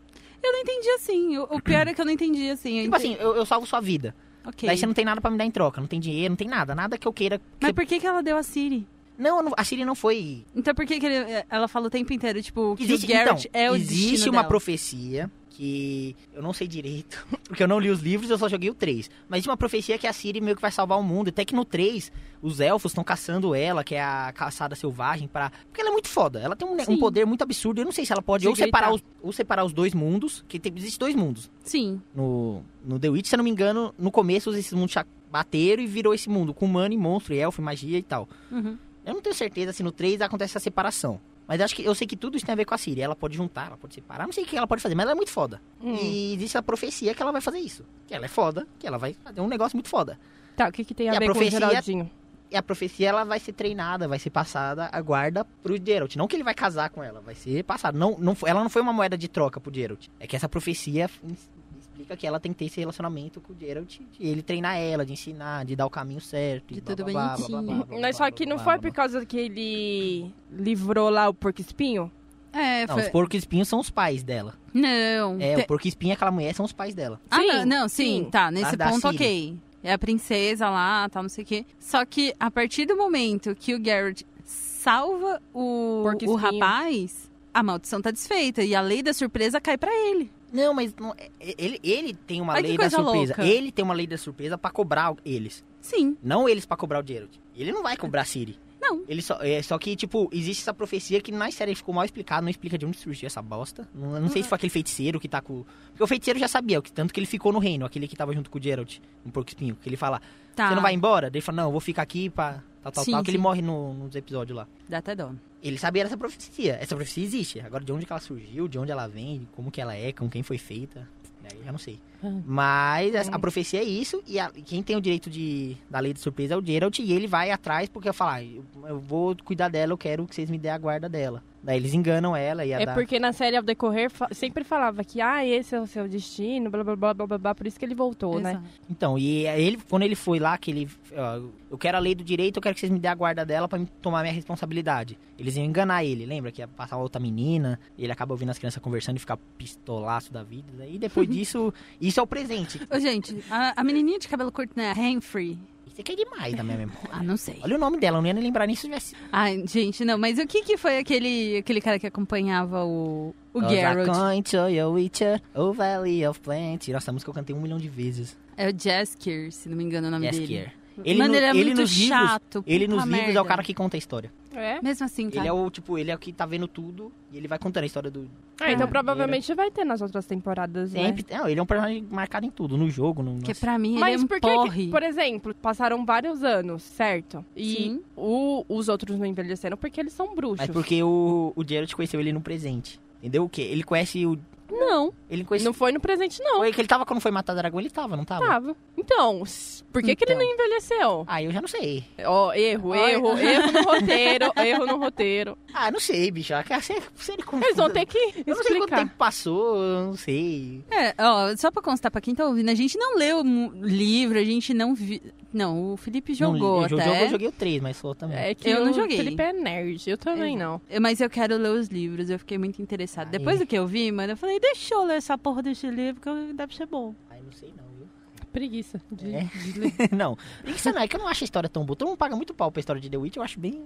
Speaker 2: Eu não entendi assim. O, o pior é que eu não entendi assim. Eu
Speaker 3: Tipo
Speaker 2: entendi-
Speaker 3: assim, eu, eu salvo sua vida.
Speaker 2: Ok.
Speaker 3: Daí você não tem nada pra me dar em troca, não tem dinheiro, não tem nada, nada que eu queira. que
Speaker 2: Mas
Speaker 3: você-
Speaker 2: por que, que ela deu a Siri?
Speaker 3: Não, eu não- a Siri não foi.
Speaker 2: Então por que, que ele- ela fala o tempo inteiro, tipo, que
Speaker 3: Existe,
Speaker 2: o Garrett
Speaker 3: então,
Speaker 2: é o
Speaker 3: existe
Speaker 2: destino
Speaker 3: uma
Speaker 2: dela?
Speaker 3: profecia que eu não sei direito, porque eu não li os livros, eu só joguei o 3. Mas existe uma profecia que a Siri meio que vai salvar o mundo. Até que no 3, os elfos estão caçando ela, que é a caçada selvagem, para Porque ela é muito foda. Ela tem um, ne- um
Speaker 1: Sim.
Speaker 3: poder muito absurdo. Eu não sei se ela pode
Speaker 1: De
Speaker 3: ou separar, os,
Speaker 1: gritar.
Speaker 3: ou separar os dois mundos, que tem, existe dois mundos.
Speaker 2: Sim.
Speaker 3: no, no The Witch, se eu não me engano, no começo esses mundos cha- bateram e virou esse mundo com humano e monstro, e elfo, e magia e tal.
Speaker 2: Uhum.
Speaker 3: Eu não tenho certeza se no 3 acontece essa separação. Mas acho que eu sei que tudo isso tem a ver com a Siri. Ela pode juntar, ela pode separar, não sei o que ela pode fazer, mas ela é muito foda.
Speaker 1: Hum.
Speaker 3: E existe a profecia que ela vai fazer isso. Que ela é foda, que ela vai fazer um negócio muito foda.
Speaker 1: Tá, o que, que tem
Speaker 3: E
Speaker 1: a
Speaker 3: a
Speaker 1: ver com o
Speaker 3: profecia-
Speaker 1: Geraldinho?
Speaker 3: E a profecia ela vai ser treinada, vai ser passada a guarda pro Geralt. Não que ele vai casar com ela, vai ser passada. Não, não, foi- ela não foi uma moeda de troca pro Geralt. É que essa profecia ins- explica que ela tem que ter esse relacionamento com o Geralt, de ele treinar ela, de ensinar, de dar o caminho certo. e
Speaker 2: De tudo
Speaker 3: blá, blá, blá,
Speaker 2: bonitinho.
Speaker 3: blá, blá, blá,
Speaker 1: Mas
Speaker 3: blá,
Speaker 1: só
Speaker 3: blá,
Speaker 1: que não
Speaker 3: blá,
Speaker 1: foi
Speaker 3: blá, blá.
Speaker 1: por causa que ele livrou lá o porco espinho?
Speaker 2: É,
Speaker 3: Não,
Speaker 2: foi...
Speaker 3: os porcos espinhos são os pais dela.
Speaker 2: Não.
Speaker 3: É,
Speaker 2: Te-
Speaker 3: o porco espinho e aquela mulher são os pais dela.
Speaker 2: Ah,
Speaker 1: Sim,
Speaker 2: não, não, sim,
Speaker 1: sim.
Speaker 2: tá, nesse
Speaker 3: Ah, da
Speaker 2: ponto
Speaker 3: Siri.
Speaker 2: ok. É a princesa lá, tal, não sei o quê. Só que a partir do momento que o Garrett salva o,
Speaker 1: Porco espinho.
Speaker 2: o rapaz, a maldição tá desfeita e a lei da surpresa cai pra ele.
Speaker 3: Não, mas não- é- ele, ele tem uma
Speaker 2: Olha que
Speaker 3: lei da
Speaker 2: coisa
Speaker 3: surpresa.
Speaker 2: louca.
Speaker 3: Ele tem uma lei da surpresa pra cobrar eles.
Speaker 2: Sim,
Speaker 3: Não eles pra cobrar o Geralt. Ele não vai cobrar a Siri.
Speaker 2: não.
Speaker 3: Ele só, é, só que, tipo, existe essa profecia que na série ficou mal explicada, não explica de onde surgiu essa bosta. Não, eu não sei se foi aquele feiticeiro que tá com. Porque o feiticeiro já sabia, o que- tanto que ele ficou no reino, aquele que tava junto com o Geralt, um porco espinho, que ele fala,
Speaker 2: Tá.
Speaker 3: você não vai embora? Daí ele fala, não, eu vou ficar aqui pra. tal, tal,
Speaker 2: Sim,
Speaker 3: tal, que
Speaker 2: sim.
Speaker 3: ele morre no, nos episódios lá.
Speaker 2: Dá até dó.
Speaker 3: Ele sabia dessa profecia. Essa profecia existe. Agora, de onde que ela surgiu, de onde ela vem, como que ela é, com quem foi feita. né, Eu já não sei.
Speaker 1: Hum.
Speaker 3: Mas essa- a
Speaker 1: Hum.
Speaker 3: profecia é isso. E a- e quem tem o direito de, da lei de surpresa é o Geralt. E ele vai atrás porque eu falar, eu, eu vou cuidar dela, eu quero que vocês me dêem a guarda dela. Daí eles enganam ela e a
Speaker 1: É
Speaker 3: da-
Speaker 1: porque na série ao decorrer fa- sempre falava que ah, esse é o seu destino, blá blá blá blá blá, blá por isso que ele voltou, né?
Speaker 2: Exato.
Speaker 3: Então, e ele, quando ele foi lá, que ele. ó, eu quero a lei do direito, eu quero que vocês me dêem a guarda dela pra me tomar minha responsabilidade. Eles iam enganar ele, lembra? Que ia passar outra menina, e ele acaba ouvindo as crianças conversando e ficar pistolaço da vida. E depois disso, isso é o presente.
Speaker 2: Ô, gente, a, a menininha de cabelo curto, né? Hanfrey.
Speaker 3: Isso aqui é demais da minha memória.
Speaker 2: Ah, não sei.
Speaker 3: Olha o nome dela, eu não ia nem lembrar nem se tivesse.
Speaker 2: Ai, gente, não, mas o que que foi aquele, aquele cara que acompanhava o, o
Speaker 3: Cause I
Speaker 2: Garrett?
Speaker 3: can't show you Witcher, O Valley of Plenty. Nossa, essa música eu cantei um milhão de vezes.
Speaker 2: É o Jaskier, se não me engano o nome
Speaker 3: Yes,
Speaker 2: dele.
Speaker 3: Kier. Ele,
Speaker 2: Mano,
Speaker 3: no-
Speaker 2: ele é
Speaker 3: ele
Speaker 2: muito
Speaker 3: nos livros,
Speaker 2: chato.
Speaker 3: ele
Speaker 2: puta
Speaker 3: nos livros é o
Speaker 2: merda.
Speaker 3: cara que conta a história.
Speaker 1: É.
Speaker 2: Mesmo assim, tá.
Speaker 3: Ele é o tipo, ele é o que tá vendo tudo e ele vai contando a história do.
Speaker 1: Ah, então
Speaker 3: Caralho.
Speaker 1: provavelmente vai ter nas outras temporadas, né?
Speaker 3: Sempre. Não, ele é um personagem marcado em tudo, no jogo, no.
Speaker 2: Porque
Speaker 3: nossa.
Speaker 2: pra mim
Speaker 1: Mas
Speaker 2: ele é um
Speaker 1: por que que,
Speaker 2: porre.
Speaker 1: por exemplo, passaram vários anos, certo? E
Speaker 2: Sim.
Speaker 1: o- os outros não envelheceram porque eles são bruxos.
Speaker 3: Mas porque o, o Geralt conheceu ele no presente. Entendeu o quê? Ele conhece o.
Speaker 1: Não,
Speaker 3: Ele conhece.
Speaker 1: não foi no presente não,
Speaker 3: Foi que ele tava quando foi matar o dragão, ele tava, não tava?
Speaker 1: tava. Então, s- por que, que ele
Speaker 3: Então.
Speaker 1: não envelheceu?
Speaker 3: Ah, eu já não sei.
Speaker 1: Ó, erro,
Speaker 2: Olha.
Speaker 1: erro, erro no roteiro, erro no roteiro.
Speaker 3: Ah, não sei, bicho. Ah, Se se ele
Speaker 1: Eles vão ter que
Speaker 3: Eu não sei quanto
Speaker 1: explicar.
Speaker 3: tempo passou, eu não sei.
Speaker 2: É, ó, só pra constar pra quem tá ouvindo, a gente não leu mu- livro, a gente não vi... Não, o Felipe jogou
Speaker 3: não, eu,
Speaker 2: até.
Speaker 3: jogo, eu joguei o 3, mas sou também.
Speaker 1: É que
Speaker 2: Eu não
Speaker 1: o
Speaker 2: joguei.
Speaker 1: Felipe é nerd, eu também
Speaker 2: É.
Speaker 1: não.
Speaker 2: Mas eu quero ler os livros, eu fiquei muito interessada.
Speaker 3: Aí.
Speaker 2: Depois do que eu vi, mano, eu falei, deixa eu ler essa porra desse livro, que deve ser bom.
Speaker 3: Ai, não sei não, viu?
Speaker 1: Preguiça. de-
Speaker 3: É. não. Isso não é que eu não acho a história tão boa. Todo mundo paga muito pau pra história de The Witch, eu acho bem.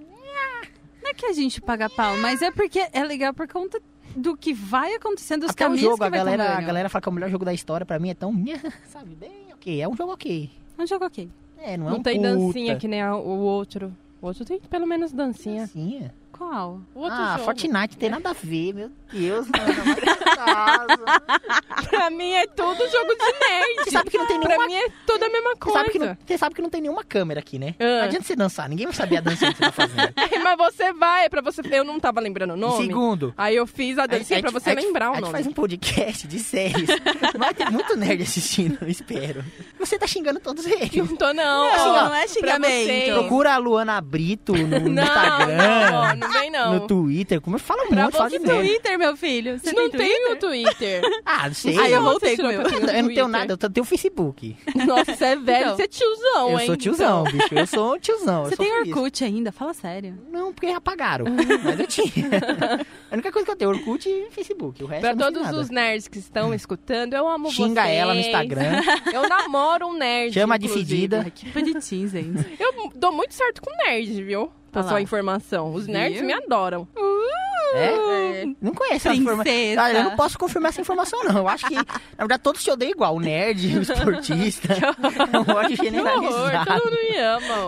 Speaker 2: Não é que a gente paga pau, mas é porque é legal por conta do que vai acontecendo, dos
Speaker 3: Até o
Speaker 2: caminhos
Speaker 3: jogo,
Speaker 2: que
Speaker 3: a
Speaker 2: vai
Speaker 3: galera, a
Speaker 2: tomando.
Speaker 3: galera fala que é o melhor jogo da história, pra mim é tão. Sabe, bem ok. É um jogo ok.
Speaker 2: É um jogo ok.
Speaker 3: É, não é
Speaker 1: Não
Speaker 3: um
Speaker 1: tem
Speaker 3: puta.
Speaker 1: dancinha que nem a- o outro. O outro tem pelo menos dancinha.
Speaker 3: Dancinha.
Speaker 2: Qual?
Speaker 1: O outro
Speaker 3: ah,
Speaker 1: jogo. É.
Speaker 3: Fortnite tem nada a ver, meu Deus, mano. maravilhosa.
Speaker 1: pra mim é tudo jogo de nerd.
Speaker 3: Você sabe que não tem
Speaker 1: pra
Speaker 3: nenhuma-
Speaker 1: mim é tudo a mesma
Speaker 3: Você
Speaker 1: coisa.
Speaker 3: sabe, que não, você sabe que não tem nenhuma câmera aqui, né?
Speaker 1: Ah.
Speaker 3: Não adianta você dançar, ninguém vai saber a dança que você tá fazendo.
Speaker 1: Mas você vai, é pra você. Eu não tava lembrando o
Speaker 3: E
Speaker 1: nome.
Speaker 3: Segundo,
Speaker 1: Aí eu fiz a
Speaker 3: A gente-
Speaker 1: dancinha pra
Speaker 3: a gente-
Speaker 1: você
Speaker 3: a gente-
Speaker 1: lembrar
Speaker 3: a
Speaker 1: o
Speaker 3: gente faz
Speaker 1: nome.
Speaker 3: um podcast de séries. Vai ter muito nerd assistindo, eu espero. Você tá xingando todos eles.
Speaker 1: Não tô, não.
Speaker 3: Não,
Speaker 1: Ó,
Speaker 2: não é
Speaker 1: pra
Speaker 2: xingamento.
Speaker 1: vocês.
Speaker 3: Procura a Luana Brito no, no
Speaker 1: Não,
Speaker 3: Instagram,
Speaker 1: não, não vem não.
Speaker 3: no Twitter. Como eu falo
Speaker 1: Pra
Speaker 3: muito, fala de
Speaker 1: você,
Speaker 3: merda.
Speaker 2: Twitter, meu filho. Você
Speaker 1: não tem
Speaker 2: Twitter?
Speaker 3: né?
Speaker 1: teu Twitter?
Speaker 3: Ah, não sei.
Speaker 2: Ah, eu vou- voltei
Speaker 1: Você tirou
Speaker 2: com o
Speaker 1: pra ter no
Speaker 3: Eu não tenho
Speaker 1: Twitter?
Speaker 3: nada, eu tenho o Facebook.
Speaker 1: Nossa, você é velho,
Speaker 2: Então.
Speaker 1: você é tiozão,
Speaker 3: eu
Speaker 1: hein? Então,
Speaker 3: sou tiozão, bicho. Eu sou um tiozão.
Speaker 2: Você
Speaker 3: eu sou
Speaker 2: tem
Speaker 3: feliz.
Speaker 2: Orkut Uhum. ainda? Fala sério.
Speaker 3: Não, porque apagaram. Mas eu tinha. A única coisa que eu tenho, é Orkut e Facebook. O resto
Speaker 1: Pra
Speaker 3: eu não fiz
Speaker 1: todos
Speaker 3: nada.
Speaker 1: os nerds que estão escutando, eu amo
Speaker 3: Xinga
Speaker 1: vocês.
Speaker 3: ela no Instagram.
Speaker 1: Eu namoro um nerd.
Speaker 3: Chama de
Speaker 1: inclusive.
Speaker 3: fedida.
Speaker 2: Que bonitinho, gente.
Speaker 1: Eu dou muito certo com nerd, viu? Pra
Speaker 2: Olha lá.
Speaker 1: sua informação. Os nerds
Speaker 2: Viu?
Speaker 1: me adoram.
Speaker 3: É?
Speaker 1: É.
Speaker 3: Não conheço essa informação.
Speaker 2: Princesa.
Speaker 3: Olha, eu não posso confirmar essa informação, não. Eu acho que, na verdade, todos se odeiam igual. O nerd, o esportista. É um ódio
Speaker 1: Que horror,
Speaker 3: generalizado.
Speaker 1: todo mundo me ama.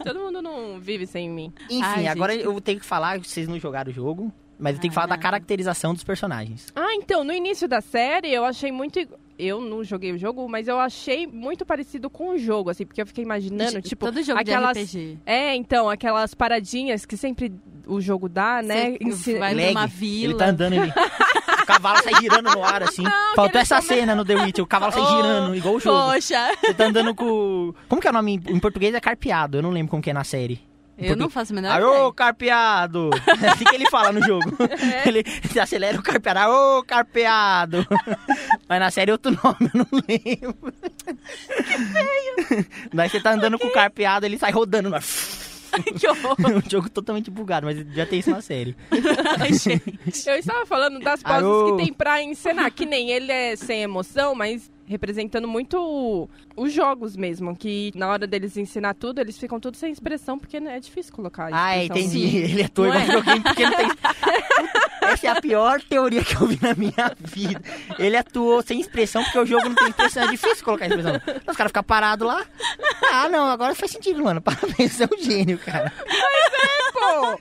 Speaker 1: ó. todo mundo não vive sem mim.
Speaker 3: Enfim,
Speaker 2: Ai,
Speaker 3: agora
Speaker 2: gente.
Speaker 3: eu tenho que falar, vocês não jogaram o jogo, mas eu tenho que
Speaker 2: Ah,
Speaker 3: falar da
Speaker 2: não.
Speaker 3: caracterização dos personagens.
Speaker 1: Ah, então, no início da série, eu achei muito. igu- Eu não joguei o jogo, mas eu achei muito parecido com o jogo, assim, porque eu fiquei imaginando, tipo.
Speaker 2: Todo jogo
Speaker 1: aquelas-
Speaker 2: de RPG.
Speaker 1: É, então, aquelas paradinhas que sempre o jogo dá, né?
Speaker 2: Você
Speaker 1: Ensi-
Speaker 2: vai
Speaker 3: Lag,
Speaker 2: numa
Speaker 3: Ele
Speaker 2: vila.
Speaker 3: tá andando ele. o cavalo sai girando no ar, assim. Faltou essa cena no The Witch, o cavalo sai
Speaker 2: Oh,
Speaker 3: girando, igual o jogo.
Speaker 2: Poxa,
Speaker 3: Você tá andando com. Como que é o nome? Em português é carpeado, eu não lembro como que é na série. Em
Speaker 2: eu não
Speaker 3: português-
Speaker 2: faço a menor
Speaker 3: Aô,
Speaker 2: ideia.
Speaker 3: carpeado! É assim que ele fala no jogo.
Speaker 2: É.
Speaker 3: Ele se acelera o carpeado. Aô, carpeado! Mas na série é outro nome, eu não lembro. Que feio! Daí você tá andando com o carpeado, ele sai rodando. Mas...
Speaker 2: Que horror.
Speaker 3: um jogo totalmente bugado, mas já tem isso na série.
Speaker 2: Ai, gente.
Speaker 1: Eu estava falando das poses
Speaker 3: Arô.
Speaker 1: que tem pra encenar, que nem ele é sem emoção, mas representando muito o- os jogos mesmo, que na hora deles ensinar tudo, eles ficam tudo sem expressão, porque né, é difícil colocar a
Speaker 3: Ah,
Speaker 1: expressão.
Speaker 3: entendi. Ele é torto
Speaker 1: Não é?
Speaker 3: igual videogame porque não tem. Essa é a pior teoria que eu vi na minha vida. Ele atuou sem expressão porque o jogo não tem expressão. É difícil colocar expressão. Os caras ficam parados lá. Ah, não, agora faz sentido, mano. Parabéns, você é um gênio, cara.
Speaker 1: Pô,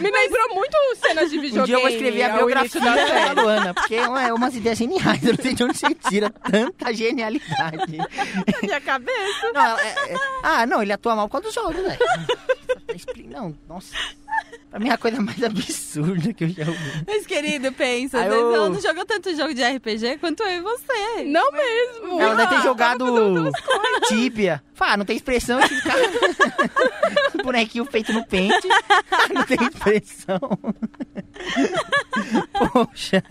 Speaker 1: me lembrou muito cenas de videogame.
Speaker 3: Um dia eu vou escrever a
Speaker 1: ao início
Speaker 3: biografia
Speaker 1: da
Speaker 3: da
Speaker 1: série.
Speaker 3: Luana, porque ué, é umas ideias geniais. Eu não sei de onde você tira tanta genialidade.
Speaker 1: minha cabeça.
Speaker 3: Não, ela- é- é- ah, não, ele atua mal por causa do jogo, velho. Expli- Não, nossa. Pra mim é a coisa mais absurda que eu já ouvi.
Speaker 2: Mas, querido, pensa.
Speaker 3: Aô.
Speaker 2: Eu não jogo tanto jogo de RPG quanto eu e você.
Speaker 1: Não mesmo.
Speaker 3: Ela deve
Speaker 1: Ah,
Speaker 3: ter jogado tíbia. Fala, não tem expressão esse cara. Bonequinho feito no pente. Não tem expressão. Poxa.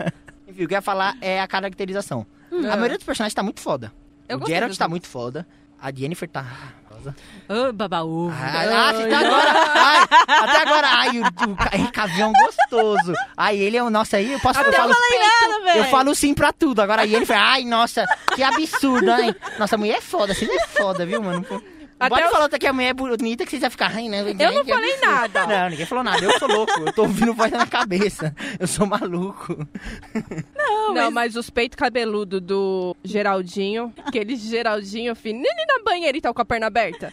Speaker 3: Enfim, o que eu ia falar é a caracterização. A maioria dos personagens tá muito foda.
Speaker 2: Eu
Speaker 3: o
Speaker 2: gostei
Speaker 3: Geralt
Speaker 2: do-
Speaker 3: tá muito foda. A Jennifer tá. maravilhosa.
Speaker 2: Ô, babaú.
Speaker 3: Ah, ah, até agora. Ai, até agora. Ai, o, o Henrique Cavião gostoso. Ai, ele é o. Nossa, aí eu posso eu falo,
Speaker 2: nada,
Speaker 3: eu falo sim pra tudo. Agora aí ele fala, ai, nossa, que absurdo, hein? Nossa, a mulher é foda, vocês é foda, viu, mano? Pô,
Speaker 1: Até
Speaker 3: Pode
Speaker 1: os-
Speaker 3: falar até que a mulher é bonita que vocês vão ficar ai, né?
Speaker 1: Eu não falei nada.
Speaker 3: Não, ninguém falou nada. Eu sou louco. Eu tô ouvindo voz na minha cabeça. Eu sou maluco.
Speaker 1: Não, mas... os peitos cabeludos do Geraldinho, aquele Geraldinho fininho na banheira e tal, com a perna aberta.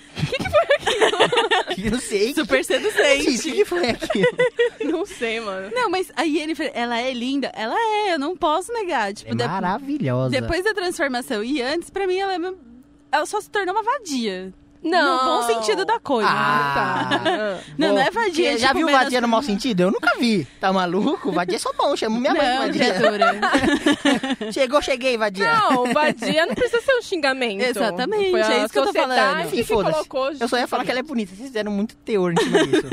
Speaker 3: Eu não sei. que-
Speaker 2: Super
Speaker 3: Gente,
Speaker 2: seducente.
Speaker 3: O que foi aquilo?
Speaker 1: Não sei, mano.
Speaker 2: Não, mas a Yennefer, ela é linda. Ela é, eu não posso negar. Tipo,
Speaker 3: É
Speaker 2: de-
Speaker 3: maravilhosa.
Speaker 2: depois da transformação e antes, pra mim, ela é... mesmo- Ela só se tornou uma vadia.
Speaker 1: Não.
Speaker 2: No bom sentido da coisa.
Speaker 3: Ah,
Speaker 1: Ah.
Speaker 2: Não, não é
Speaker 3: Bom,
Speaker 2: vadia,
Speaker 3: você Já
Speaker 2: tipo,
Speaker 3: viu
Speaker 2: menos-
Speaker 3: vadia no mau sentido? Eu nunca vi. Tá maluco? Vadia é só bom. Chamo minha
Speaker 2: não, é
Speaker 3: mãe de vadia.
Speaker 2: criatura.
Speaker 3: Chegou, cheguei, vadia.
Speaker 1: Não, vadia não precisa ser um xingamento.
Speaker 2: Exatamente,
Speaker 1: Foi a
Speaker 2: é isso que eu tô
Speaker 1: sociedade
Speaker 2: falando.
Speaker 1: que
Speaker 3: Sim, foda-se.
Speaker 1: colocou
Speaker 3: Eu só ia falar que ela é bonita. Vocês fizeram muito teor em cima disso.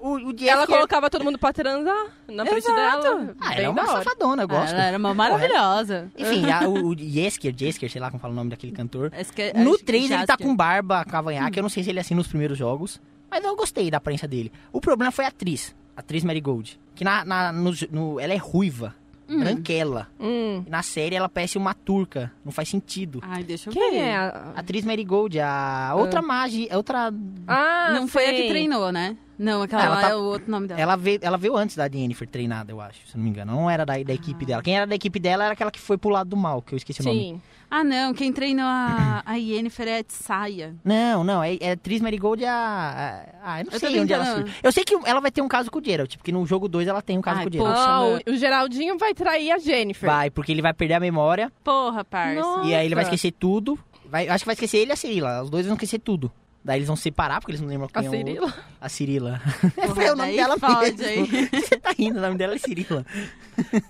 Speaker 3: o, o Jeff
Speaker 1: Ela
Speaker 3: é-
Speaker 1: colocava todo mundo pra transar na frente
Speaker 2: Exato.
Speaker 1: dela.
Speaker 3: Ah,
Speaker 1: Bem
Speaker 3: ela é uma
Speaker 1: da hora.
Speaker 3: safadona, eu gosto.
Speaker 2: Ela era uma maravilhosa.
Speaker 3: Enfim, a- o, o Jesker, Jesker, sei lá como fala o nome daquele cantor.
Speaker 2: Acho que-
Speaker 3: No
Speaker 2: É, acho que
Speaker 3: 3 ele tá
Speaker 2: Jasker.
Speaker 3: com barba, cavanhaque. Eu não sei se ele é assim nos primeiros jogos. Mas eu gostei da aparência dele. O problema foi a atriz. A atriz Mary Gold. Que na, na- no, no- ela é ruiva,
Speaker 2: Uhum.
Speaker 3: branquela.
Speaker 1: Hum.
Speaker 3: Na série ela parece uma turca. Não faz sentido.
Speaker 2: Ai, deixa eu ver.
Speaker 1: Quem é a...
Speaker 3: A atriz Mary Gold, a outra magi, a outra.
Speaker 1: Ah,
Speaker 2: Não foi a que
Speaker 1: sei.
Speaker 2: treinou, né? Não, aquela
Speaker 3: Ela
Speaker 2: lá
Speaker 3: tá-
Speaker 2: é o outro nome dela.
Speaker 3: Ela veio, ela veio antes da Jennifer treinada, eu acho, se não me engano. Não era da, da equipe dela. Quem era da equipe dela era aquela que foi pro lado do mal, que eu esqueci o nome.
Speaker 1: Sim.
Speaker 2: Ah, não. Quem treinou a, a Yennefer é a Tsaya.
Speaker 3: Não, não, é, é a atriz Marigold é a. a- Ah, eu não
Speaker 2: Eu tô
Speaker 3: sei onde ela
Speaker 2: tentando.
Speaker 3: surge. Eu sei que ela vai ter um caso com o Geralt, porque no jogo 2 ela tem um caso
Speaker 2: Ai,
Speaker 3: com o
Speaker 2: pô.
Speaker 3: Geralt.
Speaker 1: Ah,
Speaker 2: mano.
Speaker 1: o, o Geraldinho vai trair a Jennifer.
Speaker 3: Vai, porque ele vai perder a memória
Speaker 2: Porra, parça.
Speaker 1: Nossa.
Speaker 3: e aí ele vai esquecer tudo. Vai, acho que vai esquecer ele e a Cirila. Os dois vão esquecer tudo. Daí eles vão se separar, porque eles não lembram
Speaker 1: A
Speaker 3: quem é o outro.
Speaker 1: Cirila.
Speaker 3: A Cirila.
Speaker 2: Porra,
Speaker 3: é o nome
Speaker 2: daí
Speaker 3: dela
Speaker 2: fode
Speaker 3: mesmo. Você tá rindo, o nome dela é Cirila.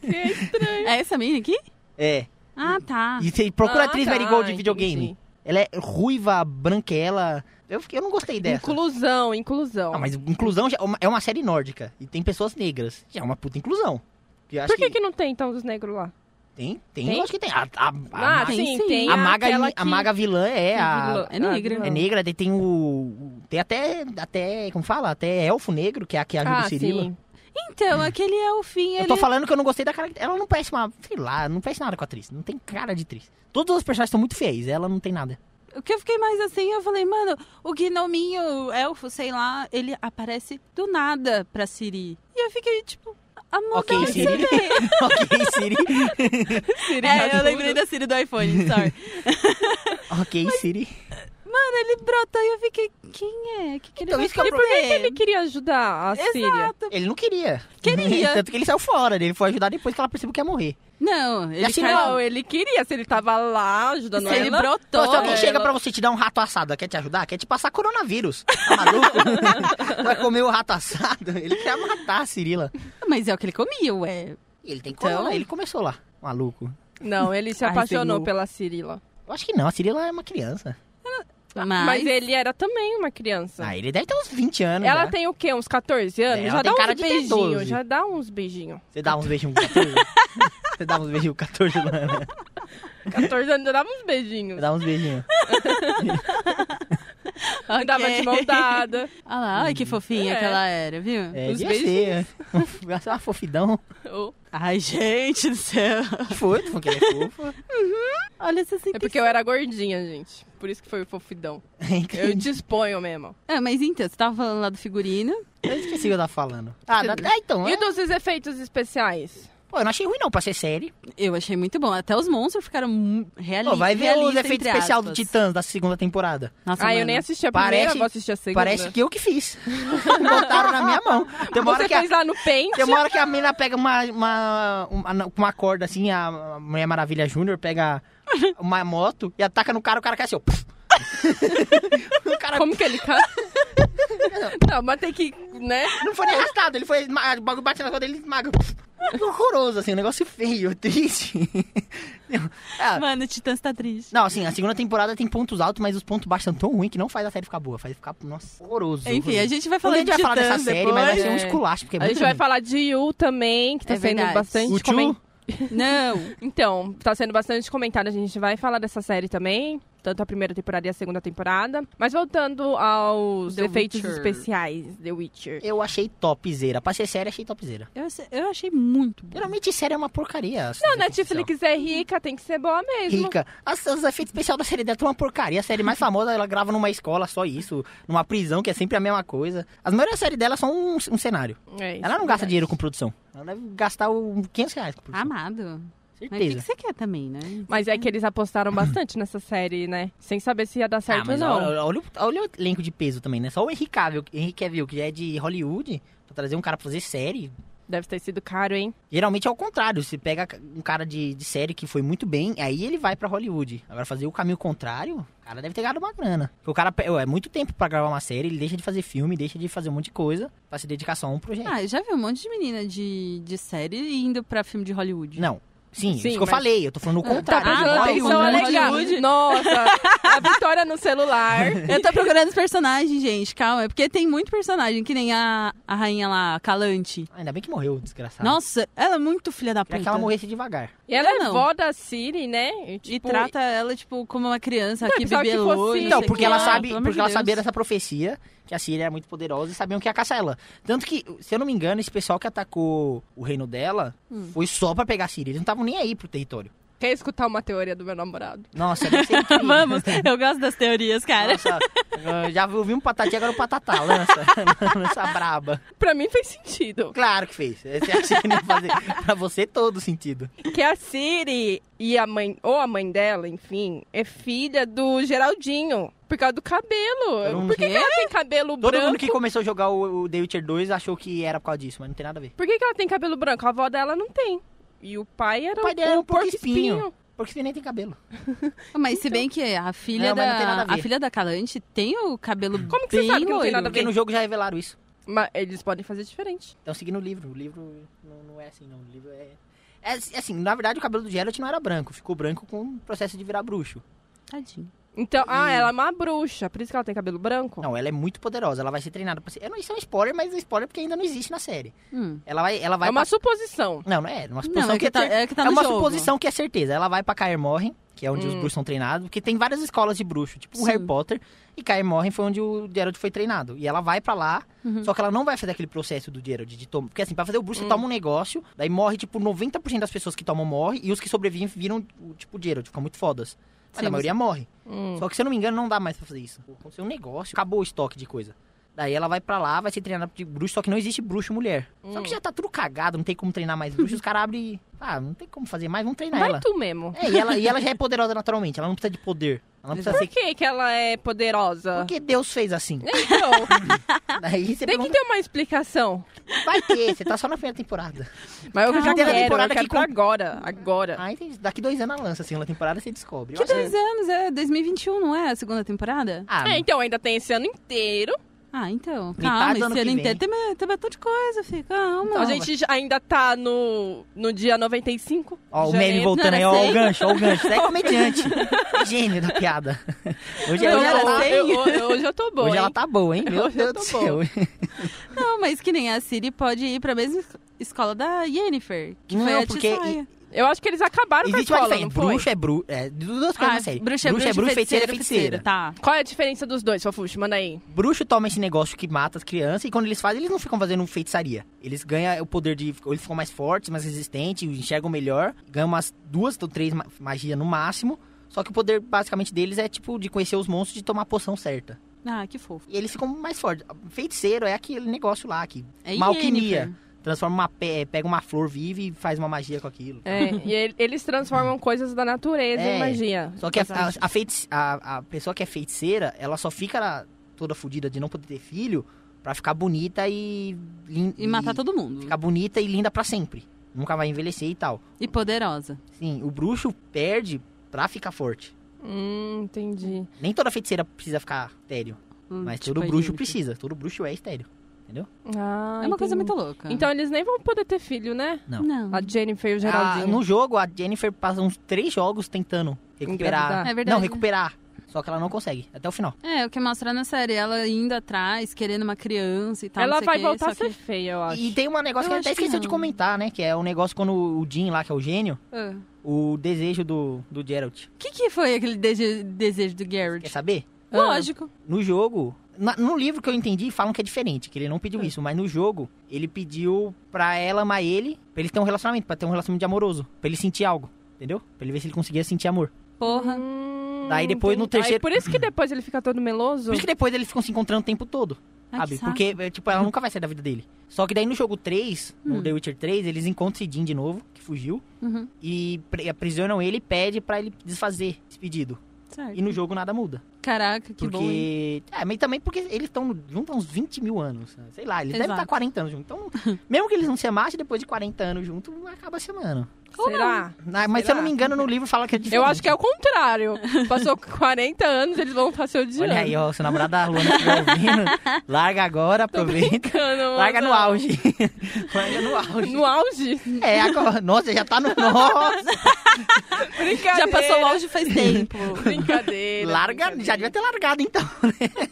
Speaker 1: Que estranho.
Speaker 2: É essa menina aqui?
Speaker 3: É.
Speaker 2: Ah, tá.
Speaker 3: E você procura a atriz
Speaker 1: tá,
Speaker 3: Marigold de videogame.
Speaker 1: entendi.
Speaker 3: Ela é ruiva, branquela. Eu, fiquei- eu não gostei dessa.
Speaker 1: Inclusão, inclusão.
Speaker 3: Ah, mas inclusão já é uma- é uma série nórdica. E tem pessoas negras. Já é uma puta inclusão. Porque acho
Speaker 1: Por que, que não tem, então, os negros lá?
Speaker 3: Tem, tem,
Speaker 1: Tem?
Speaker 3: eu acho que tem. A, a, a,
Speaker 1: Ah,
Speaker 3: ma-
Speaker 2: tem
Speaker 1: sim,
Speaker 2: sim.
Speaker 1: tem.
Speaker 3: a maga,
Speaker 1: aquela
Speaker 3: a
Speaker 1: que-
Speaker 3: maga vilã é a...
Speaker 1: vilã.
Speaker 2: É negra.
Speaker 3: É negra, daí tem o... o- Tem até, até, como fala? Até elfo negro, que é a que ajuda
Speaker 1: Ah,
Speaker 3: o Cirilo.
Speaker 1: sim.
Speaker 2: Então, aquele é o fim,
Speaker 3: Eu
Speaker 2: ele
Speaker 3: tô falando que eu não gostei da cara. Ela não parece uma. Sei lá, não parece nada com a atriz. Não tem cara de atriz. Todos os personagens estão muito fiéis, ela não tem nada.
Speaker 2: O que eu fiquei mais assim, eu falei, mano, o gnominho, elfo, sei lá, ele aparece do nada pra Siri. E eu fiquei, tipo, a mudança
Speaker 3: Ok, Siri. tá
Speaker 2: dele.
Speaker 3: ok, Siri.
Speaker 2: É, eu lembrei da Siri do iPhone, sorry.
Speaker 3: Ok, Siri.
Speaker 2: mano, ele brotou e eu fiquei, quem é? O que, que ele
Speaker 3: Então,
Speaker 2: vai
Speaker 3: isso que é o
Speaker 2: querer por
Speaker 1: Ele queria ajudar a Síria.
Speaker 3: Ele não queria.
Speaker 2: Queria.
Speaker 3: Tanto que ele saiu fora, né? ele foi ajudar depois que ela percebeu que ia morrer.
Speaker 2: Não, ele
Speaker 3: assim,
Speaker 2: caiu-
Speaker 1: Não, ele queria. Se ele tava lá ajudando
Speaker 2: Se ele
Speaker 1: ela...
Speaker 2: brotou.
Speaker 3: Então,
Speaker 2: né?
Speaker 3: se alguém
Speaker 2: ela-
Speaker 3: chega pra você te dar um rato assado, ela quer te ajudar? Quer te passar coronavírus. Tá maluco? Vai comer o rato assado? Ele quer matar a Cirila.
Speaker 2: Mas é o que ele comia, ué.
Speaker 3: E ele tem
Speaker 2: Então-
Speaker 3: corona, ele começou lá. Maluco.
Speaker 1: Não, ele se
Speaker 2: Ai,
Speaker 1: apaixonou
Speaker 2: Cirilo.
Speaker 1: pela Cirila.
Speaker 3: Eu acho que não, a Cirila é uma criança.
Speaker 2: Mas,
Speaker 1: Ah, Mas ele era também uma criança.
Speaker 3: Ah, ele deve ter uns 20 anos.
Speaker 1: Ela
Speaker 3: já.
Speaker 1: tem o quê? Uns 14 anos?
Speaker 3: É, ela
Speaker 1: já
Speaker 3: tem
Speaker 1: dá
Speaker 3: cara
Speaker 1: uns
Speaker 3: de ter
Speaker 1: beijinhos,
Speaker 3: 12.
Speaker 1: já dá uns beijinhos.
Speaker 3: Você dá uns beijinhos com 14? Você dá uns beijinhos com 14, Lana?
Speaker 1: 14 anos já dava uns
Speaker 3: Você
Speaker 1: beijinhos.
Speaker 3: dá uns beijinhos.
Speaker 2: Ok.
Speaker 1: Dava de mão dada.
Speaker 2: Olha lá, olha que fofinha
Speaker 1: É.
Speaker 2: que ela era, viu?
Speaker 3: É,
Speaker 1: Uns
Speaker 3: devia ser. Devia ser uma fofidão.
Speaker 1: Oh.
Speaker 2: Ai, gente do céu.
Speaker 3: Foi, tu falou que ele é fofa.
Speaker 2: Olha essa
Speaker 1: É porque eu era gordinha, gente. Por isso que foi o fofidão.
Speaker 3: É
Speaker 1: Eu disponho mesmo.
Speaker 2: Ah, mas então, você tava falando lá do figurino.
Speaker 3: Eu esqueci o que eu tava falando. Ah, dá, dá então.
Speaker 1: E
Speaker 3: é.
Speaker 1: dos efeitos especiais?
Speaker 3: Pô, eu não achei ruim não, pra ser série.
Speaker 2: Eu achei muito bom. Até os monstros ficaram mu- reali
Speaker 3: Pô, vai ver
Speaker 2: realistas,
Speaker 3: os efeitos
Speaker 2: é entre
Speaker 3: especiais do
Speaker 2: aspas.
Speaker 3: Titãs da segunda temporada.
Speaker 2: Nossa,
Speaker 1: Ah, eu
Speaker 2: mano.
Speaker 1: nem assisti a
Speaker 3: Parece-
Speaker 1: primeira, vou assistir a segunda. Ah,
Speaker 3: Parece que eu que fiz. Botaram na minha mão. Tem uma hora
Speaker 1: Você
Speaker 3: que a,
Speaker 1: fez lá no Paint?
Speaker 3: tem uma hora que a mina pega uma, uma, uma, uma corda assim, a Mulher Maravilha Júnior pega uma moto e ataca no cara, o cara cai assim, ó. o cara
Speaker 1: Como que ele cai? Não, mas tem que, né?
Speaker 3: Não foi nem arrastado, ele foi. esma- O bagulho bate na roda dele e esmaga. Horroroso, assim, um negócio feio, triste. Não, ah,
Speaker 2: Mano, o Titãs tá triste.
Speaker 3: Não, assim, a segunda temporada tem pontos altos, mas os pontos baixos são tão ruins que não faz a série ficar boa, faz ficar, nossa, horroroso.
Speaker 2: Enfim, a
Speaker 3: horroroso.
Speaker 2: gente vai
Speaker 3: Um
Speaker 2: falar
Speaker 3: dia a
Speaker 2: de
Speaker 3: gente vai falar
Speaker 2: Titãs
Speaker 3: dessa
Speaker 2: depois.
Speaker 3: série, mas vai ser um
Speaker 1: É.
Speaker 3: esculacho, porque é
Speaker 1: A
Speaker 3: muito
Speaker 1: gente vai
Speaker 3: ruim.
Speaker 1: falar de Yu também, que tá
Speaker 2: É
Speaker 1: sendo
Speaker 2: verdade.
Speaker 3: O
Speaker 1: bastante
Speaker 3: Tchu,
Speaker 1: comentado.
Speaker 2: Não.
Speaker 1: Então, tá sendo bastante comentado, a gente vai falar dessa série também, tanto a primeira temporada e a segunda temporada. Mas voltando aos
Speaker 2: The
Speaker 1: efeitos
Speaker 2: Witcher.
Speaker 1: especiais, The Witcher.
Speaker 3: eu achei topzera. Pra ser série, achei topzera.
Speaker 2: Eu, achei- eu achei muito bom.
Speaker 3: Geralmente série é uma porcaria.
Speaker 1: Não, Netflix é rica, tem que ser boa mesmo.
Speaker 3: Rica. As- os efeitos especiais da série dela são uma porcaria. A série mais famosa, ela grava numa escola, só isso. Numa prisão, que é sempre a mesma coisa. As maiores séries dela são um, um cenário.
Speaker 1: É, isso
Speaker 3: Ela não
Speaker 1: é
Speaker 3: gasta
Speaker 1: verdade. Ah,
Speaker 3: dinheiro com produção. Ela deve gastar o 500 reais com produção.
Speaker 2: Amado. Mas o que,
Speaker 3: Certeza.
Speaker 2: que você quer também, né?
Speaker 1: Mas é que eles apostaram bastante nessa série, né? Sem saber se ia dar certo ou não.
Speaker 3: Ah, Olha, olha o- olha o elenco de peso também, né? Só o Henry Cavill, Henry Cavill, que é de Hollywood, pra trazer um cara pra fazer série.
Speaker 1: Deve ter sido caro, hein?
Speaker 3: Geralmente é o contrário. Você pega um cara de, de série que foi muito bem, aí ele vai pra Hollywood. Agora, fazer o caminho contrário, o cara deve ter ganhado uma grana. Porque o cara pe- é muito tempo pra gravar uma série, ele deixa de fazer filme, deixa de fazer um monte de coisa pra se dedicar só a um projeto.
Speaker 2: Ah, eu já vi um monte de menina de, de série indo pra filme de Hollywood.
Speaker 3: Não.
Speaker 1: Sim,
Speaker 3: Sim, isso que eu
Speaker 1: mas-
Speaker 3: falei, eu tô falando o contrário. é
Speaker 2: Ah,
Speaker 1: prestando
Speaker 2: tá,
Speaker 1: atenção,
Speaker 2: encontrando
Speaker 1: olha cá.
Speaker 2: Hollywood.
Speaker 1: Nossa, a Vitória no celular.
Speaker 2: Eu tô procurando os personagens, gente, calma. É porque tem muito personagem, que nem a, a rainha lá, Calante.
Speaker 3: Ainda bem que morreu, desgraçado.
Speaker 2: Nossa, ela é muito filha da puta.
Speaker 3: Queria Tá. que ela morresse devagar.
Speaker 1: E ela é
Speaker 2: Não.
Speaker 1: vó da Siri, né?
Speaker 2: E
Speaker 3: tipo,
Speaker 2: trata ela, tipo, como uma criança que
Speaker 1: precisava que fosse-
Speaker 2: bebelou.
Speaker 1: Não
Speaker 3: Então,
Speaker 1: sei Ah,
Speaker 3: porque
Speaker 1: que
Speaker 3: ela
Speaker 1: lá,
Speaker 3: sabe, porque ela sabia dessa profecia, que a Síria era muito poderosa e sabiam que ia caçar ela. Tanto que, se eu não me engano, esse pessoal que atacou o reino dela
Speaker 2: Hum.
Speaker 3: foi só pra pegar a Síria. Eles não estavam nem aí pro território.
Speaker 1: Quer escutar uma teoria do meu namorado?
Speaker 3: Nossa, deve ser incrível.
Speaker 2: Vamos, eu gosto das teorias, cara.
Speaker 3: Nossa, eu já ouvi um patati, agora o patatá, lança. lança braba.
Speaker 1: Pra mim fez sentido.
Speaker 3: Claro que fez. Você acha que não ia fazer pra você todo sentido.
Speaker 1: Que a Siri e a mãe, ou a mãe dela, enfim, é filha do Geraldinho. Por causa do
Speaker 3: Todo
Speaker 1: cabelo.
Speaker 3: mundo
Speaker 1: Por que,
Speaker 2: que-
Speaker 1: que ela tem cabelo
Speaker 3: um Todo
Speaker 1: branco?
Speaker 3: mundo que começou a jogar o, o The Witcher 2 achou que era por causa disso, mas não tem nada a ver.
Speaker 1: Por que, que ela tem cabelo branco? A avó dela não tem. E o pai era
Speaker 3: O pai dela era um
Speaker 1: porco-espinho.
Speaker 3: porco-espinho. Porque você nem tem cabelo.
Speaker 2: Mas se bem que a filha
Speaker 3: Não, mas não tem
Speaker 2: da
Speaker 3: nada a
Speaker 2: a,
Speaker 3: ver.
Speaker 2: filha da Calante tem o cabelo
Speaker 1: Como que você
Speaker 2: bem
Speaker 1: sabe que não tem
Speaker 2: loiro.
Speaker 1: nada a ver?
Speaker 3: Porque no jogo já revelaram isso.
Speaker 1: Mas eles podem fazer diferente.
Speaker 3: Então seguindo o livro. O livro não, não é assim, não. O livro é... um é. Assim, na verdade o cabelo do Geralt não era branco. Ficou branco com o processo de virar bruxo.
Speaker 2: Tadinho.
Speaker 1: Então, ah, ela é uma bruxa, por isso que ela tem cabelo branco.
Speaker 3: Não, ela é muito poderosa, ela vai ser treinada pra ser. Eu não, isso é um spoiler, mas é um spoiler porque ainda não existe na série.
Speaker 2: Hum.
Speaker 3: Ela vai. Ela vai
Speaker 1: é uma
Speaker 3: pra-
Speaker 1: suposição.
Speaker 3: Não, não é. Uma suposição
Speaker 2: Não, é
Speaker 3: que
Speaker 2: que
Speaker 3: é
Speaker 2: tá,
Speaker 3: cer-
Speaker 2: é que tá
Speaker 3: é
Speaker 2: no
Speaker 3: uma
Speaker 2: jogo.
Speaker 3: suposição que é certeza. Ela vai pra Caer Morren, que é onde os
Speaker 1: Hum.
Speaker 3: bruxos são treinados, porque tem várias escolas de bruxo, tipo o
Speaker 2: Sim.
Speaker 3: Harry Potter, e Caer Morren foi onde o Geralt foi treinado. E ela vai pra lá,
Speaker 2: Uhum.
Speaker 3: só que ela não vai fazer aquele processo do Geralt de tomar. Porque assim, pra fazer o bruxo,
Speaker 1: Hum.
Speaker 3: você toma um negócio, daí morre, tipo, 90% das pessoas que tomam morre, e os que sobrevivem viram, tipo, o Geralt, ficam muito fodas. Mas
Speaker 2: Sim,
Speaker 3: a maioria morre.
Speaker 1: Hum.
Speaker 3: Só que se eu não me engano, não dá mais pra fazer isso. Aconteceu um negócio, acabou o estoque de coisa. Daí ela vai pra lá, vai se treinar de bruxo, só que não existe bruxo mulher. Só
Speaker 1: Hum.
Speaker 3: que já tá tudo cagado, não tem como treinar mais bruxo, os caras abrem. Ah, não tem como fazer mais, vamos treinar
Speaker 1: Vai
Speaker 3: ela.
Speaker 1: tu mesmo.
Speaker 3: É, e ela. E ela já é poderosa naturalmente, ela não precisa de poder. Ela não precisa
Speaker 1: Por
Speaker 3: ser.
Speaker 1: que que ela é poderosa?
Speaker 3: Porque Deus fez assim.
Speaker 1: Então,
Speaker 3: Daí você
Speaker 1: tem que
Speaker 3: pergunta,
Speaker 1: ter uma explicação.
Speaker 3: vai ter, você tá só na primeira temporada.
Speaker 1: Mas eu já
Speaker 3: Calma. Tem a
Speaker 1: quero, eu
Speaker 3: temporada
Speaker 1: quero
Speaker 3: que
Speaker 1: pra
Speaker 3: com-
Speaker 1: agora, agora.
Speaker 3: Aí tem- daqui dois anos ela lança, assim, uma temporada você descobre. Eu
Speaker 2: Que
Speaker 3: acho-
Speaker 2: dois anos? É 2021, não é? A segunda temporada?
Speaker 3: Ah,
Speaker 1: É, então ainda tem esse ano inteiro.
Speaker 2: Ah, então.
Speaker 3: Metade
Speaker 2: Calma,
Speaker 3: do
Speaker 2: esse
Speaker 3: ano
Speaker 2: ano
Speaker 3: tá que vem. Então,
Speaker 2: inteiro tem, ba- tem bastante coisa, fica. Calma.
Speaker 1: a gente já- ainda tá no, no dia 95.
Speaker 3: Ó,
Speaker 1: de
Speaker 3: o meme
Speaker 1: janeiro.
Speaker 3: voltando
Speaker 2: Não,
Speaker 3: aí,
Speaker 2: eu
Speaker 3: ó,
Speaker 2: sei.
Speaker 3: o gancho, ó, o gancho. Você é comediante. Gênio da piada. Hoje,
Speaker 2: Não, eu
Speaker 3: hoje, ela,
Speaker 2: sei.
Speaker 3: tá,
Speaker 1: eu, eu- hoje eu tô boa.
Speaker 3: hoje ela
Speaker 1: hein?
Speaker 3: tá boa, hein? Meu
Speaker 1: Hoje eu
Speaker 3: Deus
Speaker 1: tô
Speaker 3: do céu.
Speaker 1: boa.
Speaker 2: Não, mas que nem a Siri pode ir pra mesma es- escola da Yennefer, que
Speaker 3: Não,
Speaker 2: foi a
Speaker 3: porque
Speaker 2: Tissaia.
Speaker 1: Eu acho que eles acabaram
Speaker 3: Existe
Speaker 1: com a
Speaker 3: uma
Speaker 1: escola, não
Speaker 3: diferença.
Speaker 1: foi? Ah,
Speaker 3: Bruxa é bruxa. É, de duas coisas na série.
Speaker 2: bruxa é bruxa,
Speaker 3: feiticeira
Speaker 2: feiticeira,
Speaker 3: é feiticeira.
Speaker 2: Tá.
Speaker 1: Qual é a diferença dos dois, Fofuxo? Manda aí.
Speaker 3: Bruxo toma esse negócio que mata as crianças e quando eles fazem, eles não ficam fazendo feitiçaria. Eles ganham o poder de. ou Eles ficam mais fortes, mais resistentes, enxergam melhor, ganham umas duas ou três ma- magia no máximo. Só que o poder basicamente deles é tipo de conhecer os monstros e de tomar a poção certa.
Speaker 2: Ah, que fofo.
Speaker 3: E eles ficam mais fortes. Feiticeiro é aquele negócio lá que
Speaker 2: É
Speaker 3: Uma alquimia.
Speaker 2: Yennefer.
Speaker 3: transforma uma pe- é, pega uma flor viva e faz uma magia com aquilo.
Speaker 1: É, e ele- eles transformam coisas da natureza
Speaker 3: É.
Speaker 1: em magia.
Speaker 3: Só que a, a, a feiti- a- a pessoa que é feiticeira, ela só fica na- toda fodida de não poder ter filho pra ficar bonita e. lin-
Speaker 2: E matar todo mundo.
Speaker 3: Ficar bonita e linda pra sempre. Nunca vai envelhecer e tal.
Speaker 2: E poderosa.
Speaker 3: Sim, o bruxo perde pra ficar forte.
Speaker 1: Hum, entendi.
Speaker 3: Nem toda feiticeira precisa ficar estéreo.
Speaker 2: Hum,
Speaker 3: Mas
Speaker 2: tipo
Speaker 3: todo
Speaker 2: a
Speaker 3: bruxo
Speaker 2: Yennefer.
Speaker 3: precisa. Todo bruxo é estéreo.
Speaker 1: Ah,
Speaker 2: É uma coisa
Speaker 1: entendi.
Speaker 2: muito Hum. louca.
Speaker 1: Então eles nem vão poder ter filho, né?
Speaker 3: Não.
Speaker 2: Não.
Speaker 1: A Jennifer e o
Speaker 3: Ah,
Speaker 1: Geraldinho.
Speaker 3: no jogo, a Jennifer passa uns três jogos tentando recuperar.
Speaker 1: Engravidar.
Speaker 2: É verdade.
Speaker 3: Não, recuperar. Só que ela não consegue, até o final.
Speaker 2: É, o que mostra na série, ela indo atrás, querendo uma criança e tal. Tá, não
Speaker 1: Ela
Speaker 2: sei
Speaker 1: vai
Speaker 2: o quê,
Speaker 1: voltar
Speaker 2: só
Speaker 1: a ser
Speaker 2: que-
Speaker 1: feia, eu acho.
Speaker 3: E tem um negócio
Speaker 2: Eu
Speaker 3: que a gente
Speaker 2: acho
Speaker 3: até
Speaker 2: que
Speaker 3: esqueceu de
Speaker 2: não.
Speaker 3: comentar, né? Que é o negócio quando o Jim lá, que é o gênio,
Speaker 2: Ah.
Speaker 3: o desejo do, do Geralt.
Speaker 2: O que, que foi aquele dese- desejo do Garrett?
Speaker 3: Quer saber?
Speaker 1: Ah.
Speaker 2: Lógico.
Speaker 3: No jogo. na- no livro que eu entendi, falam que é diferente, que ele não pediu isso, mas no jogo, ele pediu pra ela amar ele, pra ele ter um relacionamento, pra ter um relacionamento de amoroso, pra ele sentir algo, entendeu? Pra ele ver se ele conseguia sentir amor.
Speaker 2: Porra.
Speaker 1: Hum,
Speaker 3: Daí depois no
Speaker 1: entendi. Aí
Speaker 3: terceiro-
Speaker 1: por isso que depois ele fica todo meloso.
Speaker 3: Por isso que depois eles ficam se encontrando o tempo todo,
Speaker 2: Ai, Ah, que
Speaker 3: sabe?
Speaker 2: saco.
Speaker 3: Porque, é, tipo, ela nunca vai sair da vida dele. Só que daí no jogo 3,
Speaker 2: Hum.
Speaker 3: no The Witcher 3, eles encontram esse Jim de novo, que fugiu,
Speaker 2: Uhum,
Speaker 3: e pre- aprisionam ele e pede pra ele desfazer esse pedido.
Speaker 2: certo.
Speaker 3: E no jogo nada muda.
Speaker 2: Caraca, que
Speaker 3: porque.
Speaker 2: bom. hein?
Speaker 3: É, mas também porque eles estão juntos há uns 20 mil anos. né? Sei lá, eles devem
Speaker 2: Exato.
Speaker 3: estar 40 anos juntos. Então, mesmo que eles não se amassem, depois de 40 anos juntos, acaba se amando.
Speaker 2: Ou
Speaker 1: Será?
Speaker 3: Ah, mas se eu não me engano, no livro fala que é diferente.
Speaker 1: Eu acho que é o contrário. Passou 40 anos, eles vão passar o dia.
Speaker 3: Olha aí, ó, seu namorado da Luana que tá ouvindo. larga agora, aproveita. Larga no auge. larga no auge.
Speaker 1: é No auge?
Speaker 3: É, agora. Nossa, já tá no. Nossa!
Speaker 1: Brincadeira.
Speaker 2: Já passou o auge faz tempo.
Speaker 1: Brincadeira.
Speaker 3: Larga, já devia
Speaker 1: brincadeira.
Speaker 3: ter largado então, né?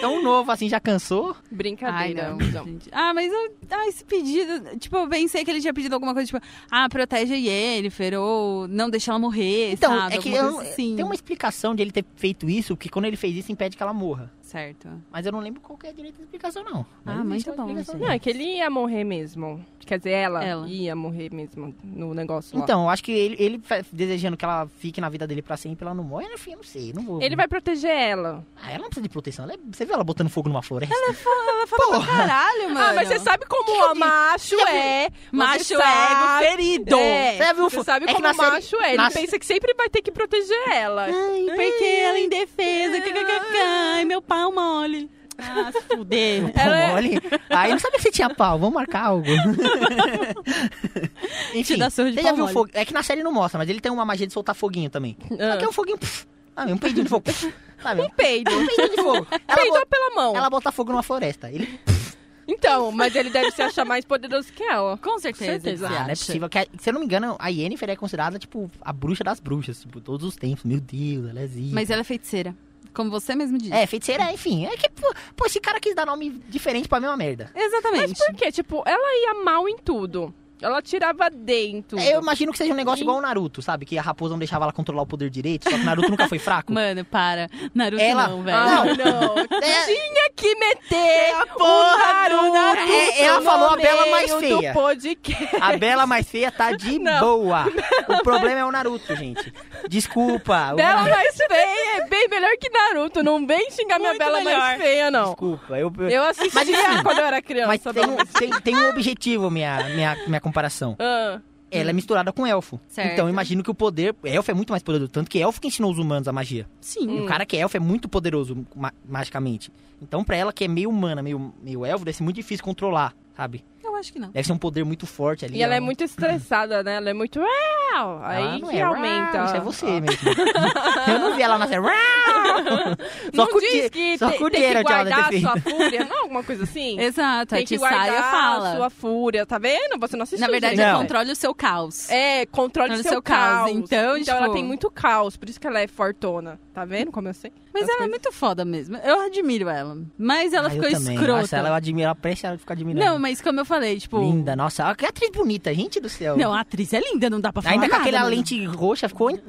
Speaker 3: Tão novo assim, já cansou.
Speaker 1: Brincadeira. João.
Speaker 2: gente. Ah, mas eu- ah, esse pedido. Tipo, eu pensei que ele tinha pedido alguma coisa, tipo, ah, protege a Yennefer, ou não deixa ela morrer,
Speaker 3: Então,
Speaker 2: sabe?
Speaker 3: é que
Speaker 2: Alguma
Speaker 3: eu-
Speaker 2: coisa assim.
Speaker 3: tem uma explicação de ele ter feito isso, que quando ele fez isso impede que ela morra.
Speaker 2: Certo.
Speaker 3: Mas eu não lembro qual que é a direita explicação, não.
Speaker 2: Ah,
Speaker 3: existe
Speaker 2: muito
Speaker 3: uma
Speaker 2: bom,
Speaker 3: explicação.
Speaker 2: gente.
Speaker 1: Não, é que ele ia morrer mesmo. Quer dizer, ela,
Speaker 2: Ela.
Speaker 1: ia morrer mesmo no negócio lá.
Speaker 3: Então, eu acho que ele, ele fa- desejando que ela fique na vida dele pra sempre, ela não morre, enfim, eu não sei, eu não vou.
Speaker 1: Ele vai proteger ela.
Speaker 3: Ah, ela não precisa de proteção. ela é- Você viu ela botando fogo numa floresta?
Speaker 2: Ela fala pra caralho, mano.
Speaker 1: Ah, mas você sabe como
Speaker 3: que eu
Speaker 1: o
Speaker 3: disse?
Speaker 1: macho
Speaker 3: Que que eu
Speaker 1: é.
Speaker 2: Macho
Speaker 1: você sabe-
Speaker 2: ego ferido.
Speaker 1: É,
Speaker 3: Você já viu o
Speaker 1: você
Speaker 3: fu-
Speaker 1: sabe
Speaker 3: é que
Speaker 1: como
Speaker 3: na
Speaker 1: o
Speaker 3: série-
Speaker 1: macho é. Ele
Speaker 3: na-
Speaker 1: pensa que sempre vai ter que proteger ela.
Speaker 2: Ai, porque ela é indefesa. kkk, Ai, meu pau mole. Ah, se fuder.
Speaker 3: Pô,
Speaker 1: ela é-
Speaker 3: mole. Aí eu não sabia que você tinha pau, vamos marcar algo.
Speaker 2: Te
Speaker 3: enfim,
Speaker 2: dá surra de
Speaker 3: você já
Speaker 2: pau
Speaker 3: viu
Speaker 2: mole.
Speaker 3: fogo? É que na série não mostra, mas ele tem uma magia de soltar foguinho também.
Speaker 1: Ah.
Speaker 3: Só que é um foguinho. Pff, sabe, um peidinho de fogo. pff, sabe?
Speaker 1: Peido. é
Speaker 3: Um peidinho de fogo. Ela,
Speaker 1: Peidou
Speaker 3: bo-
Speaker 1: pela mão.
Speaker 3: ela bota fogo numa floresta. Ele. pff,
Speaker 1: Então, mas ele deve se achar mais poderoso que ela.
Speaker 2: Com certeza.
Speaker 1: certeza.
Speaker 2: ele se
Speaker 3: Ah, não é
Speaker 2: acha.
Speaker 3: possível. Que a- se eu não me engano, a Yennefer é considerada, tipo, a bruxa das bruxas. Tipo, todos os tempos. Meu Deus, ela é zica.
Speaker 2: Mas ela é feiticeira. Como você mesmo disse.
Speaker 3: É, feiticeira, enfim. É que, pô, pô, esse cara quis dar nome diferente pra mesma merda.
Speaker 2: Exatamente.
Speaker 1: Porque, tipo, ela ia mal em tudo. Ela tirava dentro.
Speaker 3: É, Eu imagino que seja um negócio igual o Naruto, sabe? Que a raposa não deixava ela controlar o poder direito, só que o Naruto nunca foi fraco.
Speaker 2: Mano, para. Naruto
Speaker 3: Ela-
Speaker 2: não, velho.
Speaker 1: Ah, não.
Speaker 3: É,
Speaker 1: Tinha que meter a
Speaker 3: porra do Naruto É, ela
Speaker 1: no
Speaker 3: falou a Bela mais
Speaker 1: meio
Speaker 3: feia. É
Speaker 1: Do podcast.
Speaker 3: a Bela mais feia tá de
Speaker 1: Não.
Speaker 3: boa. O problema é o Naruto, gente. Desculpa. o
Speaker 1: Bela
Speaker 3: Naruto-
Speaker 1: mais feia é bem melhor que Naruto. Não vem xingar minha
Speaker 2: Muito
Speaker 1: Bela
Speaker 2: melhor.
Speaker 1: mais feia, não.
Speaker 3: Desculpa. Eu, eu-
Speaker 1: Eu assistia
Speaker 3: Mas, enfim,
Speaker 1: quando eu era criança.
Speaker 3: mas tem,
Speaker 1: Bela
Speaker 3: um-
Speaker 1: mais-
Speaker 3: tem, tem um objetivo minha, minha, minha comparação.
Speaker 1: Ah,
Speaker 3: Ela é misturada com elfo.
Speaker 2: Hum. Certo.
Speaker 3: Então eu imagino que o poder... Elfo é muito mais poderoso. Tanto que elfo que ensinou os humanos a magia.
Speaker 2: Sim.
Speaker 3: E o cara que é elfo é muito poderoso ma- magicamente. Então pra ela que é meio humana, meio, meio elfo, deve ser muito difícil controlar, sabe?
Speaker 2: Eu acho que não.
Speaker 3: Deve ser um poder muito forte ali.
Speaker 1: E ela é muito estressada, né? Ela é muito. "Uau",
Speaker 3: Ela
Speaker 1: Aí
Speaker 3: não
Speaker 1: que
Speaker 3: é,
Speaker 1: aumenta.
Speaker 3: "Uau", Isso é você mesmo. eu não vi ela nascer. "Uau". só
Speaker 1: não
Speaker 3: com o
Speaker 1: diz
Speaker 3: Di-
Speaker 1: que
Speaker 3: só
Speaker 1: te-
Speaker 3: com o
Speaker 1: tem que
Speaker 3: Geralt ela deve
Speaker 1: guardar
Speaker 3: ter
Speaker 1: a sua
Speaker 3: feito.
Speaker 1: fúria, não é alguma coisa assim?
Speaker 2: Exato.
Speaker 1: tem
Speaker 2: Aí
Speaker 1: que
Speaker 2: te
Speaker 1: guardar
Speaker 2: sai e fala.
Speaker 1: a sua fúria, tá vendo? Você não assistiu,
Speaker 2: Na verdade,
Speaker 1: gente.
Speaker 3: é
Speaker 2: ela
Speaker 3: Não.
Speaker 2: controla o seu caos.
Speaker 1: É, controle
Speaker 2: Controle
Speaker 1: seu,
Speaker 2: seu
Speaker 1: caos.
Speaker 2: caos. Então,
Speaker 1: ela
Speaker 2: tipo-
Speaker 1: tem muito caos, por isso que ela é fortona. Tá vendo como eu sei?
Speaker 2: Mas
Speaker 1: As
Speaker 2: ela é muito foda mesmo. Eu admiro ela. Mas ela
Speaker 3: Ah,
Speaker 2: ficou
Speaker 3: eu também.
Speaker 2: escrota.
Speaker 3: Nossa, ela eu admiro, eu aprecio ela de ficar admirando.
Speaker 2: Não, mas como eu falei, tipo.
Speaker 3: Linda, nossa, olha que atriz bonita, gente do céu.
Speaker 2: Não, a atriz é linda, não dá pra falar.
Speaker 3: Ainda com
Speaker 2: nada,
Speaker 3: aquela
Speaker 2: mano.
Speaker 3: lente roxa, ficou... Meu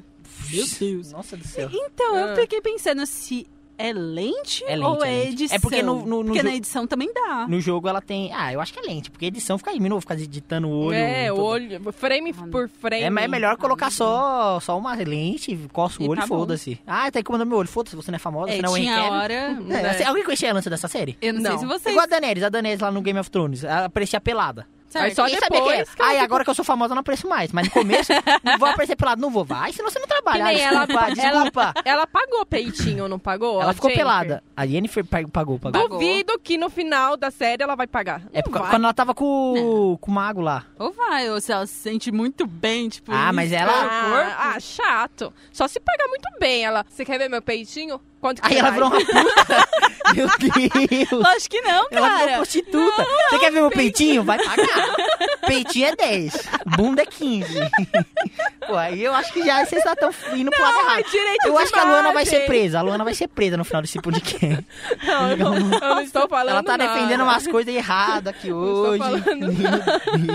Speaker 2: Meu Deus.
Speaker 3: Nossa do céu.
Speaker 2: Então,
Speaker 1: Ah.
Speaker 2: eu fiquei pensando se é lente,
Speaker 3: É lente,
Speaker 2: ou
Speaker 3: é
Speaker 2: é,
Speaker 3: lente.
Speaker 2: edição.
Speaker 3: É porque no- no- no
Speaker 2: Porque
Speaker 3: jo-
Speaker 2: na edição também dá.
Speaker 3: No jogo ela tem... Ah, eu acho que é lente, porque edição fica aí, eu vou ficar editando o olho.
Speaker 1: é,
Speaker 3: todo.
Speaker 1: olho, né? frame
Speaker 2: Ah, não.
Speaker 1: por frame.
Speaker 3: É, mas é melhor colocar só, só uma lente, coça o
Speaker 2: E
Speaker 3: olho
Speaker 2: tá
Speaker 3: e
Speaker 2: bom.
Speaker 3: foda-se. Ah, tá incomodando meu olho. Foda-se, você não é famosa,
Speaker 2: É,
Speaker 3: você não é
Speaker 2: tinha
Speaker 3: webcam.
Speaker 2: hora.
Speaker 3: É,
Speaker 1: né?
Speaker 3: assim, Alguém conhecia a lança dessa série? É
Speaker 2: Eu não,
Speaker 1: Não.
Speaker 2: sei se vocês.
Speaker 3: Igual a Daenerys, a Daenerys lá no Game of Thrones. Ela aparecia pelada.
Speaker 2: Certo.
Speaker 1: Aí só
Speaker 3: Ninguém
Speaker 1: depois que
Speaker 3: sabia que era.
Speaker 1: ela
Speaker 3: Aí,
Speaker 1: ficou-
Speaker 3: agora que eu sou famosa, eu não apareço mais. Mas no começo, não vou aparecer pelada. Não vou, vai, senão você não
Speaker 1: Que
Speaker 3: trabalha.
Speaker 1: nem
Speaker 3: Ah,
Speaker 1: ela,
Speaker 3: desculpa,
Speaker 1: ela-
Speaker 3: desculpa.
Speaker 1: Ela pagou peitinho, não pagou?
Speaker 3: Ela,
Speaker 1: A
Speaker 3: ficou
Speaker 1: Jennifer?
Speaker 3: pelada. A Jennifer pa- pagou, pagou.
Speaker 2: Pagou.
Speaker 1: Duvido que no final da série ela vai pagar.
Speaker 3: É
Speaker 1: Não
Speaker 3: porque-
Speaker 1: vai.
Speaker 3: quando ela tava com, o- com o mago lá.
Speaker 2: Ou vai, ou se ela se sente muito bem, tipo.
Speaker 3: Ah, mas
Speaker 2: isso,
Speaker 1: Ah,
Speaker 3: ela-
Speaker 2: cara, o corpo.
Speaker 1: Ah, chato. Só se pagar muito bem ela. Você quer ver meu peitinho? Quanto que
Speaker 3: Aí
Speaker 1: você
Speaker 3: ela
Speaker 1: vai?
Speaker 3: virou um uma puta. Meu Deus.
Speaker 2: Lógico que não,
Speaker 3: Ela virou
Speaker 2: cara.
Speaker 3: prostituta. Você quer ver meu peitinho? Vai pagar. peitinho é 10. Bunda é 15. Pô, aí eu acho que já vocês já estão indo pro lado
Speaker 1: Ah,
Speaker 3: errado.
Speaker 1: é direito
Speaker 3: Eu
Speaker 1: de
Speaker 3: acho que a Luana vai ser
Speaker 1: imagem.
Speaker 3: presa. A Luana vai ser presa no final desse podcast.
Speaker 1: Não, eu não, eu não né? estou falando
Speaker 3: Ela tá
Speaker 1: nada.
Speaker 3: defendendo umas coisas erradas aqui
Speaker 1: estou
Speaker 3: hoje.
Speaker 1: falando
Speaker 3: Meu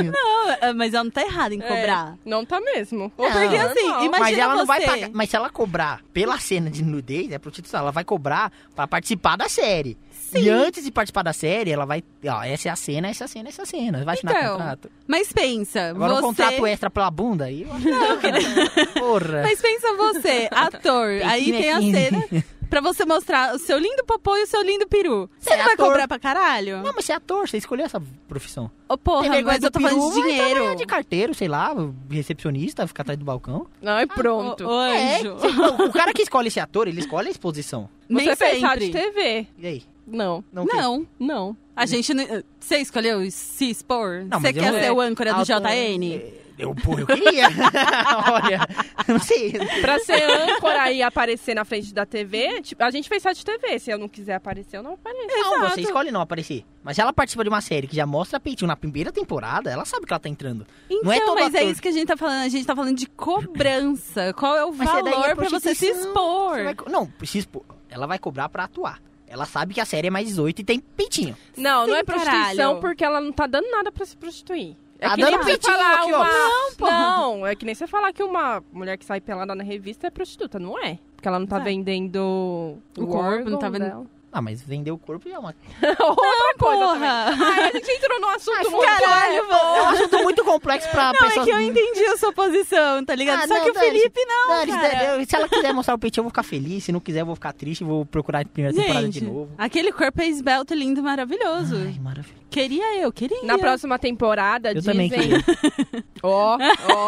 Speaker 3: Deus.
Speaker 2: Não, é, mas ela não tá errada em
Speaker 1: É,
Speaker 2: cobrar.
Speaker 1: não tá mesmo.
Speaker 3: Não. Porque,
Speaker 2: assim,
Speaker 1: Normal.
Speaker 2: imagina-
Speaker 3: Mas ela não vai
Speaker 2: você.
Speaker 3: pagar. Mas se ela cobrar pela cena de nudez, é prostituição. Ela vai cobrar pra participar da série. E antes de participar da série, ela vai. Ó, essa é a cena, essa é a cena, essa é a cena. Vai assinar
Speaker 2: Então,
Speaker 3: contrato.
Speaker 2: Mas pensa,
Speaker 3: Agora
Speaker 2: você.
Speaker 3: um contrato extra pela bunda aí. eu acho que Porra.
Speaker 2: Mas pensa você, ator. aí
Speaker 3: Peitinho é
Speaker 2: tem a
Speaker 3: 15.
Speaker 2: cena pra você mostrar o seu lindo popô e o seu lindo peru. Você
Speaker 3: É
Speaker 2: não vai
Speaker 3: ator.
Speaker 2: cobrar pra caralho?
Speaker 3: Não, mas você é ator, você escolheu essa profissão.
Speaker 2: Ô, porra,
Speaker 3: Tem vergonha
Speaker 2: mas eu tô
Speaker 3: do peru,
Speaker 2: falando de
Speaker 3: vai
Speaker 2: dinheiro.
Speaker 3: É de carteiro, sei lá, recepcionista, ficar atrás do balcão.
Speaker 1: Não, e pronto.
Speaker 2: Ô, ô, anjo.
Speaker 3: É, o cara que escolhe ser ator, ele escolhe a exposição.
Speaker 1: Você
Speaker 2: Nem
Speaker 1: é pensar
Speaker 2: sempre.
Speaker 1: de TV.
Speaker 3: E aí?
Speaker 1: Não,
Speaker 3: Não, quer?
Speaker 2: Não,
Speaker 1: não.
Speaker 2: a gente não... Você escolheu se expor?
Speaker 3: Não,
Speaker 2: Você
Speaker 3: mas eu
Speaker 2: quer
Speaker 3: não- é
Speaker 2: ser o âncora do
Speaker 3: Alto-
Speaker 2: JN?
Speaker 3: Eu, porra, eu queria. Olha, não sei.
Speaker 1: Pra ser âncora e aparecer na frente da TV, tipo, a gente fez site TV. Se eu não quiser aparecer, eu não apareço.
Speaker 3: Não, você escolhe não aparecer. Mas se ela participa de uma série que já mostra peitinho na primeira temporada, ela sabe que ela tá entrando.
Speaker 2: Então,
Speaker 3: Não é todo
Speaker 2: mas é
Speaker 3: ator.
Speaker 2: isso que a gente tá falando. A gente tá falando de cobrança. Qual é o
Speaker 3: Mas isso daí é
Speaker 2: valor pra você se
Speaker 3: prostituição.
Speaker 2: expor?
Speaker 3: Você vai co- Não, precisa. expor. Ela vai cobrar pra atuar. Ela sabe que a série é mais 18 e tem peitinho.
Speaker 1: Não, não
Speaker 2: Sim,
Speaker 1: é prostituição
Speaker 2: caralho.
Speaker 1: porque ela não tá dando nada pra se prostituir. É
Speaker 3: Tá
Speaker 1: que nem
Speaker 3: dando
Speaker 1: você
Speaker 3: peitinho
Speaker 1: falar
Speaker 3: aqui, ó.
Speaker 1: uma...
Speaker 3: Não,
Speaker 2: porra.
Speaker 1: Não, é que nem você falar que uma mulher que sai pelada na revista é prostituta, não é? Porque ela não tá
Speaker 2: Exato.
Speaker 1: vendendo
Speaker 2: O corpo,
Speaker 1: órgão
Speaker 2: não tá vendo-
Speaker 1: dela.
Speaker 3: Ah, mas vender o corpo já é uma.
Speaker 1: Outra coisa também.
Speaker 2: Porra!
Speaker 1: Ai, a gente entrou num assunto
Speaker 3: Ai,
Speaker 1: muito
Speaker 2: Caralho,
Speaker 3: É um
Speaker 2: mano.
Speaker 3: assunto muito complexo pra
Speaker 2: Não, é
Speaker 3: pessoas.
Speaker 2: que eu entendi a sua posição, tá ligado?
Speaker 3: Ah,
Speaker 2: Só
Speaker 3: não,
Speaker 2: que o
Speaker 3: dane-se.
Speaker 2: Felipe não,
Speaker 3: Dane-se,
Speaker 2: cara.
Speaker 3: dane- se ela quiser mostrar o peitinho, eu vou ficar feliz. Se não quiser, eu vou ficar triste. Vou procurar a primeira temporada de
Speaker 2: Gente,
Speaker 3: novo.
Speaker 2: Aquele corpo é esbelto, lindo, maravilhoso.
Speaker 3: Ai, maravilha.
Speaker 2: Queria eu, queria.
Speaker 1: Na próxima temporada
Speaker 3: Eu
Speaker 1: dizem.
Speaker 3: também queria.
Speaker 1: Ó, ó.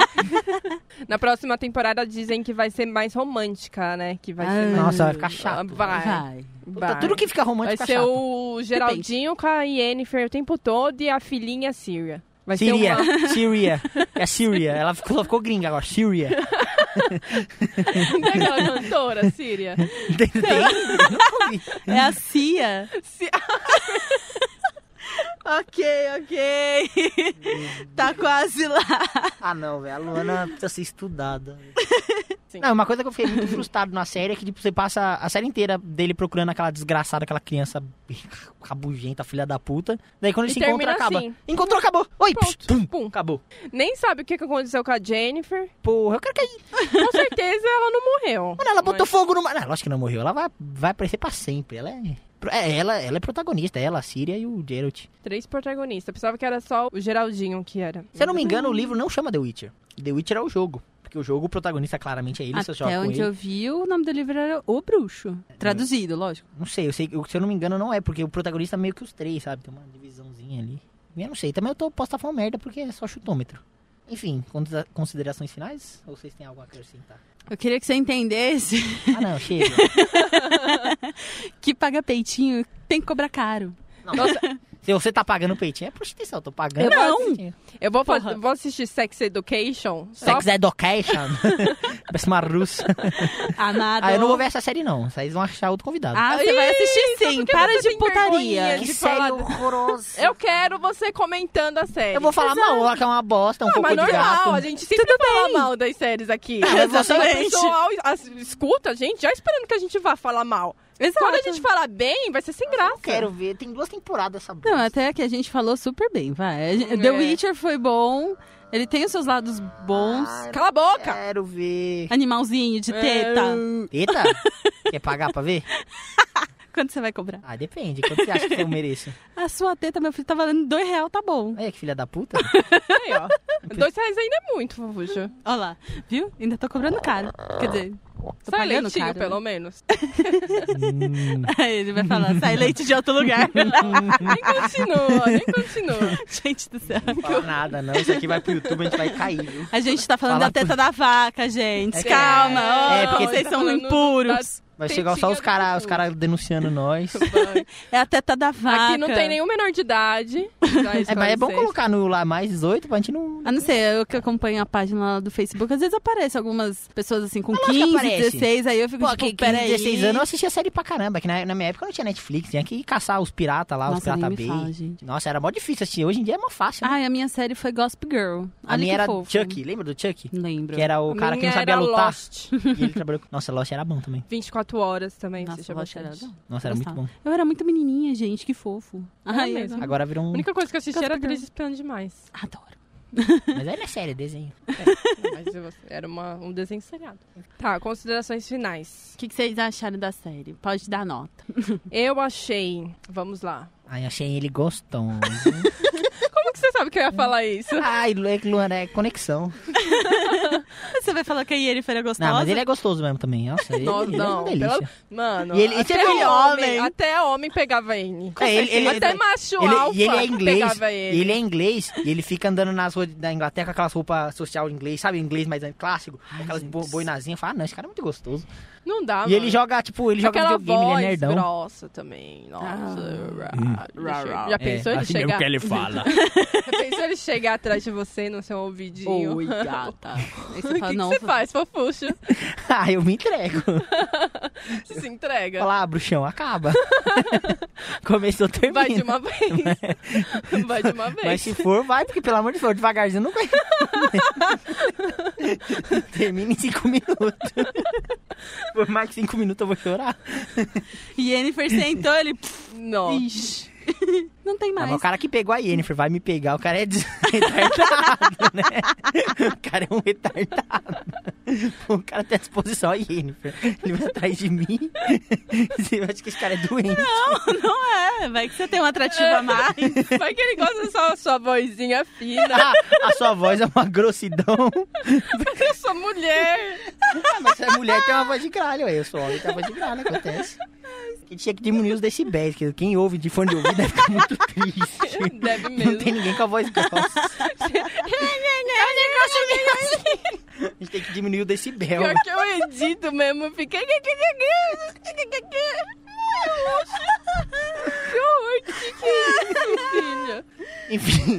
Speaker 1: Na próxima temporada dizem que vai ser mais romântica, né? Que vai ser
Speaker 2: Ah,
Speaker 1: mais.
Speaker 3: Nossa, vai ficar chato.
Speaker 1: Vai.
Speaker 2: Vai.
Speaker 3: Puta,
Speaker 1: vai.
Speaker 3: Tá tudo que fica
Speaker 1: Vai
Speaker 3: romântico fica
Speaker 1: ser
Speaker 3: chato.
Speaker 1: o Geraldinho com a Yennefer o tempo todo e a filhinha Síria. Vai
Speaker 3: Síria,
Speaker 1: ser
Speaker 3: Síria. É Síria. Ela ficou, ela ficou gringa agora, Síria.
Speaker 1: uma. Tem aquela cantora, Síria.
Speaker 3: Tem? Tem?
Speaker 2: É a Cia.
Speaker 1: Si-
Speaker 2: Ok, ok. tá quase lá.
Speaker 3: Ah, não, velho. A Luana precisa ser estudada.
Speaker 1: Sim.
Speaker 3: Não, uma coisa que eu fiquei muito frustrado na série é que tipo, você passa a série inteira dele procurando aquela desgraçada, aquela criança rabugenta, filha da puta. Daí quando ele
Speaker 1: E
Speaker 3: se encontra,
Speaker 1: termina
Speaker 3: acaba.
Speaker 1: assim.
Speaker 3: Encontrou, acabou. Oi,
Speaker 1: Pronto.
Speaker 3: pss, pum,
Speaker 1: Pum.
Speaker 3: acabou.
Speaker 1: Nem sabe o que que aconteceu com a Jennifer.
Speaker 3: Porra, eu quero cair.
Speaker 1: Com certeza ela não morreu.
Speaker 3: Mano, ela botou fogo no mar. Não, lógico que não morreu. Ela vai, vai aparecer pra sempre. Ela é... é, ela, ela é protagonista. Ela, a Síria e o Geralt.
Speaker 1: Três protagonistas. Pensava que era só o Geraldinho que era.
Speaker 3: Se eu não me engano, o livro não chama The Witcher. The Witcher é o jogo. Porque o jogo, o protagonista claramente é ele, você joga
Speaker 2: Até
Speaker 3: com
Speaker 2: onde
Speaker 3: ele. Hum.
Speaker 2: eu vi, o nome do livro era O Bruxo. Traduzido, lógico.
Speaker 3: Não sei, eu sei, eu, se eu não me engano, não é, porque o protagonista é meio que os três, sabe? Tem uma divisãozinha ali. Eu não sei, também eu tô, posso estar falando merda porque é só chutômetro. Enfim, conta- considerações finais? Ou vocês têm algo a acrescentar?
Speaker 2: Eu queria que você entendesse
Speaker 3: Ah, não, chega.
Speaker 2: que paga peitinho tem que cobrar caro.
Speaker 3: Não, se você tá pagando peitinho, é prostituição, eu tô pagando.
Speaker 2: Eu não.
Speaker 3: prostituição.
Speaker 1: Eu vou,
Speaker 2: Porra.
Speaker 1: fazer- vou assistir Sex Education só
Speaker 3: Sex Education. Parece uma russa.
Speaker 2: Amado.
Speaker 3: Ah, eu não vou ver essa série, não. Vocês vão achar outro convidado.
Speaker 2: Ah, você vai assistir
Speaker 1: então
Speaker 2: sim.
Speaker 1: por que
Speaker 2: Para
Speaker 1: você
Speaker 2: de
Speaker 1: tem
Speaker 2: putaria.
Speaker 1: vergonha?
Speaker 3: que
Speaker 1: de
Speaker 3: série
Speaker 1: falar-
Speaker 3: horrorosa.
Speaker 1: Eu quero você comentando a série.
Speaker 3: Eu vou falar mal, que é uma bosta, um
Speaker 1: Ah,
Speaker 3: pouco
Speaker 1: mas
Speaker 3: de gato. Ah,
Speaker 1: normal, a gente sempre fala mal das séries aqui. Mas
Speaker 3: é
Speaker 1: você, o
Speaker 2: Exatamente.
Speaker 1: pessoal as- escuta a gente já esperando que a gente vá falar mal.
Speaker 2: Exato.
Speaker 1: Quando a gente falar bem, vai ser sem graça.
Speaker 3: Eu quero ver, tem duas temporadas essa bosta.
Speaker 2: Não, até que a gente falou super bem, vai. A gente-
Speaker 1: É.
Speaker 2: The Witcher foi bom. Ele tem os seus lados bons.
Speaker 3: Ah,
Speaker 1: Cala a boca!
Speaker 3: Quero ver.
Speaker 2: Animalzinho de
Speaker 1: É.
Speaker 2: teta.
Speaker 3: Eita! Quer pagar pra ver?
Speaker 2: Quanto você vai cobrar?
Speaker 3: Ah, depende. Quanto você acha que eu mereço?
Speaker 2: A sua teta, meu filho, tá valendo dois real, tá bom.
Speaker 3: Olha que filha da puta. É.
Speaker 1: Aí, ó. Dois reais ainda é muito, Fufuxa.
Speaker 2: Olha lá, viu? Ainda tô cobrando caro. Quer dizer, tô
Speaker 1: Sai
Speaker 2: pagando
Speaker 1: leitinho,
Speaker 2: caro. né?
Speaker 1: pelo menos.
Speaker 3: Hum.
Speaker 2: Aí ele vai falar, sai leite de outro lugar.
Speaker 1: Nem continua, nem continua.
Speaker 2: gente do céu.
Speaker 3: Não fala nada, não. Isso aqui vai pro YouTube, a gente vai cair, viu?
Speaker 2: A gente tá falando
Speaker 3: Fala
Speaker 2: da teta da vaca, gente.
Speaker 3: É que-
Speaker 2: Calma,
Speaker 3: é,
Speaker 2: olha,
Speaker 3: é porque-
Speaker 2: vocês são
Speaker 1: tá Falando
Speaker 2: impuros.
Speaker 3: Vai chegar só
Speaker 1: Tetinha
Speaker 3: os
Speaker 1: do
Speaker 3: caras os cara denunciando nós.
Speaker 2: É a teta da vaca.
Speaker 1: Aqui não tem nenhum menor de idade. Já
Speaker 3: É, mas é bom
Speaker 1: esclarecemos.
Speaker 3: colocar no lá mais 18 pra gente não.
Speaker 2: A não ser, eu que acompanho a página lá do Facebook, às vezes aparece algumas pessoas assim com
Speaker 3: lógico que
Speaker 2: 15,
Speaker 3: aparece.
Speaker 2: 16, aí eu fico tipo,
Speaker 3: que- que
Speaker 2: peraí.
Speaker 3: 16 anos eu assistia série pra caramba, que na, na minha época não tinha Netflix, tinha que caçar os piratas lá, os tá
Speaker 2: Nossa, nem
Speaker 3: pirata
Speaker 2: me
Speaker 3: B.
Speaker 2: fala, gente.
Speaker 3: Nossa, era mó difícil assistir. Hoje em dia é mó fácil. Né?
Speaker 2: Ai, a minha série foi Gossip Girl.
Speaker 3: a
Speaker 2: Olha
Speaker 3: minha
Speaker 2: que
Speaker 3: era
Speaker 2: fofo.
Speaker 3: Chuck, lembra do Chuck?
Speaker 2: Lembro.
Speaker 3: Que é era o
Speaker 1: A
Speaker 3: cara que
Speaker 1: minha
Speaker 3: não sabia
Speaker 1: era
Speaker 3: lutar.
Speaker 1: Lost.
Speaker 3: E ele trabalhou. com- Nossa, Lost era bom também.
Speaker 1: 24 horas também.
Speaker 2: Nossa,
Speaker 1: assistia
Speaker 2: eu achei
Speaker 1: bastante.
Speaker 2: legal.
Speaker 3: Nossa, era muito
Speaker 2: Gostava.
Speaker 3: bom.
Speaker 2: Eu era muito menininha, gente, que fofo.
Speaker 1: Era
Speaker 2: eu
Speaker 1: mesmo.
Speaker 3: Agora virou
Speaker 1: A
Speaker 3: um.
Speaker 1: única coisa que eu assisti era
Speaker 2: Gossip Girl.
Speaker 1: Três Espiãs Demais.
Speaker 2: Adoro.
Speaker 3: Mas ele é sério, desenho.
Speaker 1: Mas eu- era uma- um desenho seriado. Tá, considerações finais.
Speaker 2: O que, que vocês acharam da série? Pode dar nota.
Speaker 1: Eu achei. Vamos lá.
Speaker 3: Ai, achei ele gostoso.
Speaker 1: Como é que você sabe que eu ia falar isso?
Speaker 3: Ai, Lu- é que Luana, é conexão.
Speaker 2: Você vai falar que a Yennefer é gostosa?
Speaker 3: Não, mas ele é gostoso mesmo também. Nossa, ele,
Speaker 1: Nossa,
Speaker 3: ele é
Speaker 1: não,
Speaker 3: uma delícia.
Speaker 1: pela- Mano,
Speaker 3: E ele- e você
Speaker 1: até,
Speaker 3: viu
Speaker 1: homem,
Speaker 3: ele
Speaker 2: homem?
Speaker 1: até homem pegava ele.
Speaker 3: É, ele- ele-
Speaker 1: até macho
Speaker 3: Ele-
Speaker 1: alfa
Speaker 3: e ele é inglês.
Speaker 1: pegava ele.
Speaker 3: E ele é inglês. E ele fica andando nas ruas da Inglaterra com aquelas roupas social inglês, sabe? Inglês mais clássico.
Speaker 2: Ai,
Speaker 3: aquelas
Speaker 2: gente.
Speaker 3: bo boinazinhas. Fala, ah, não, esse cara é muito gostoso.
Speaker 1: Ah, Não dá,
Speaker 3: e
Speaker 1: mano.
Speaker 3: ele joga, tipo, ele joga
Speaker 1: Aquela
Speaker 3: videogame,
Speaker 1: voz
Speaker 3: ele é nerdão. Ah. Hum.
Speaker 1: grossa também. Nossa. Rá, rá, rá.
Speaker 3: É,
Speaker 1: Já pensou ele chegar?
Speaker 3: assim ele é. fala.
Speaker 1: Já pensou ele chegar atrás de você no seu ouvidinho?
Speaker 2: Oi, gata. Aí
Speaker 1: O
Speaker 2: você
Speaker 1: que,
Speaker 2: fala,
Speaker 1: que
Speaker 2: não,
Speaker 1: você faz, fofuxa?
Speaker 3: ah, eu me entrego.
Speaker 1: Você se entrega.
Speaker 3: Fala, ah, bruxão, acaba. Começou, termina.
Speaker 1: Vai de uma vez. Vai de uma vez.
Speaker 3: Mas se for, vai, porque pelo amor de Deus, devagarzinho não vai. Termina em cinco minutos. Por mais que cinco minutos eu vou chorar.
Speaker 2: Yennefer sentou, ele... pff,
Speaker 1: Não.
Speaker 2: Ixi. Não tem
Speaker 3: Ah,
Speaker 2: mais.
Speaker 3: mas o cara que pegou a Yennefer vai me pegar, o cara é des- retardado, né? O cara é um retardado. O cara tem à disposição a Yennefer. Ele vai atrás de mim. Eu acho que esse cara é doente.
Speaker 2: Não, não é. Vai que você tem um atrativo a mais.
Speaker 1: Vai que ele gosta só da sua vozinha fina. Ah,
Speaker 3: Ah, a sua voz é uma grossidão.
Speaker 1: Eu sou mulher.
Speaker 3: Ah, mas se é mulher tem uma voz de gralha, ué. Eu sou homem, tem uma voz de gralha, acontece. Que tinha que diminuir os decibéis, que quem ouve de fone de ouvido vai ficar muito triste.
Speaker 1: Deve É
Speaker 3: Não tem
Speaker 1: mesmo. É um
Speaker 3: ninguém com a voz grossa. É A gente tem que diminuir o decibel.
Speaker 1: assim.
Speaker 3: né?
Speaker 1: Pior que eu edito mesmo. Fica... Que horror. Que que é isso, filha?
Speaker 3: Enfim,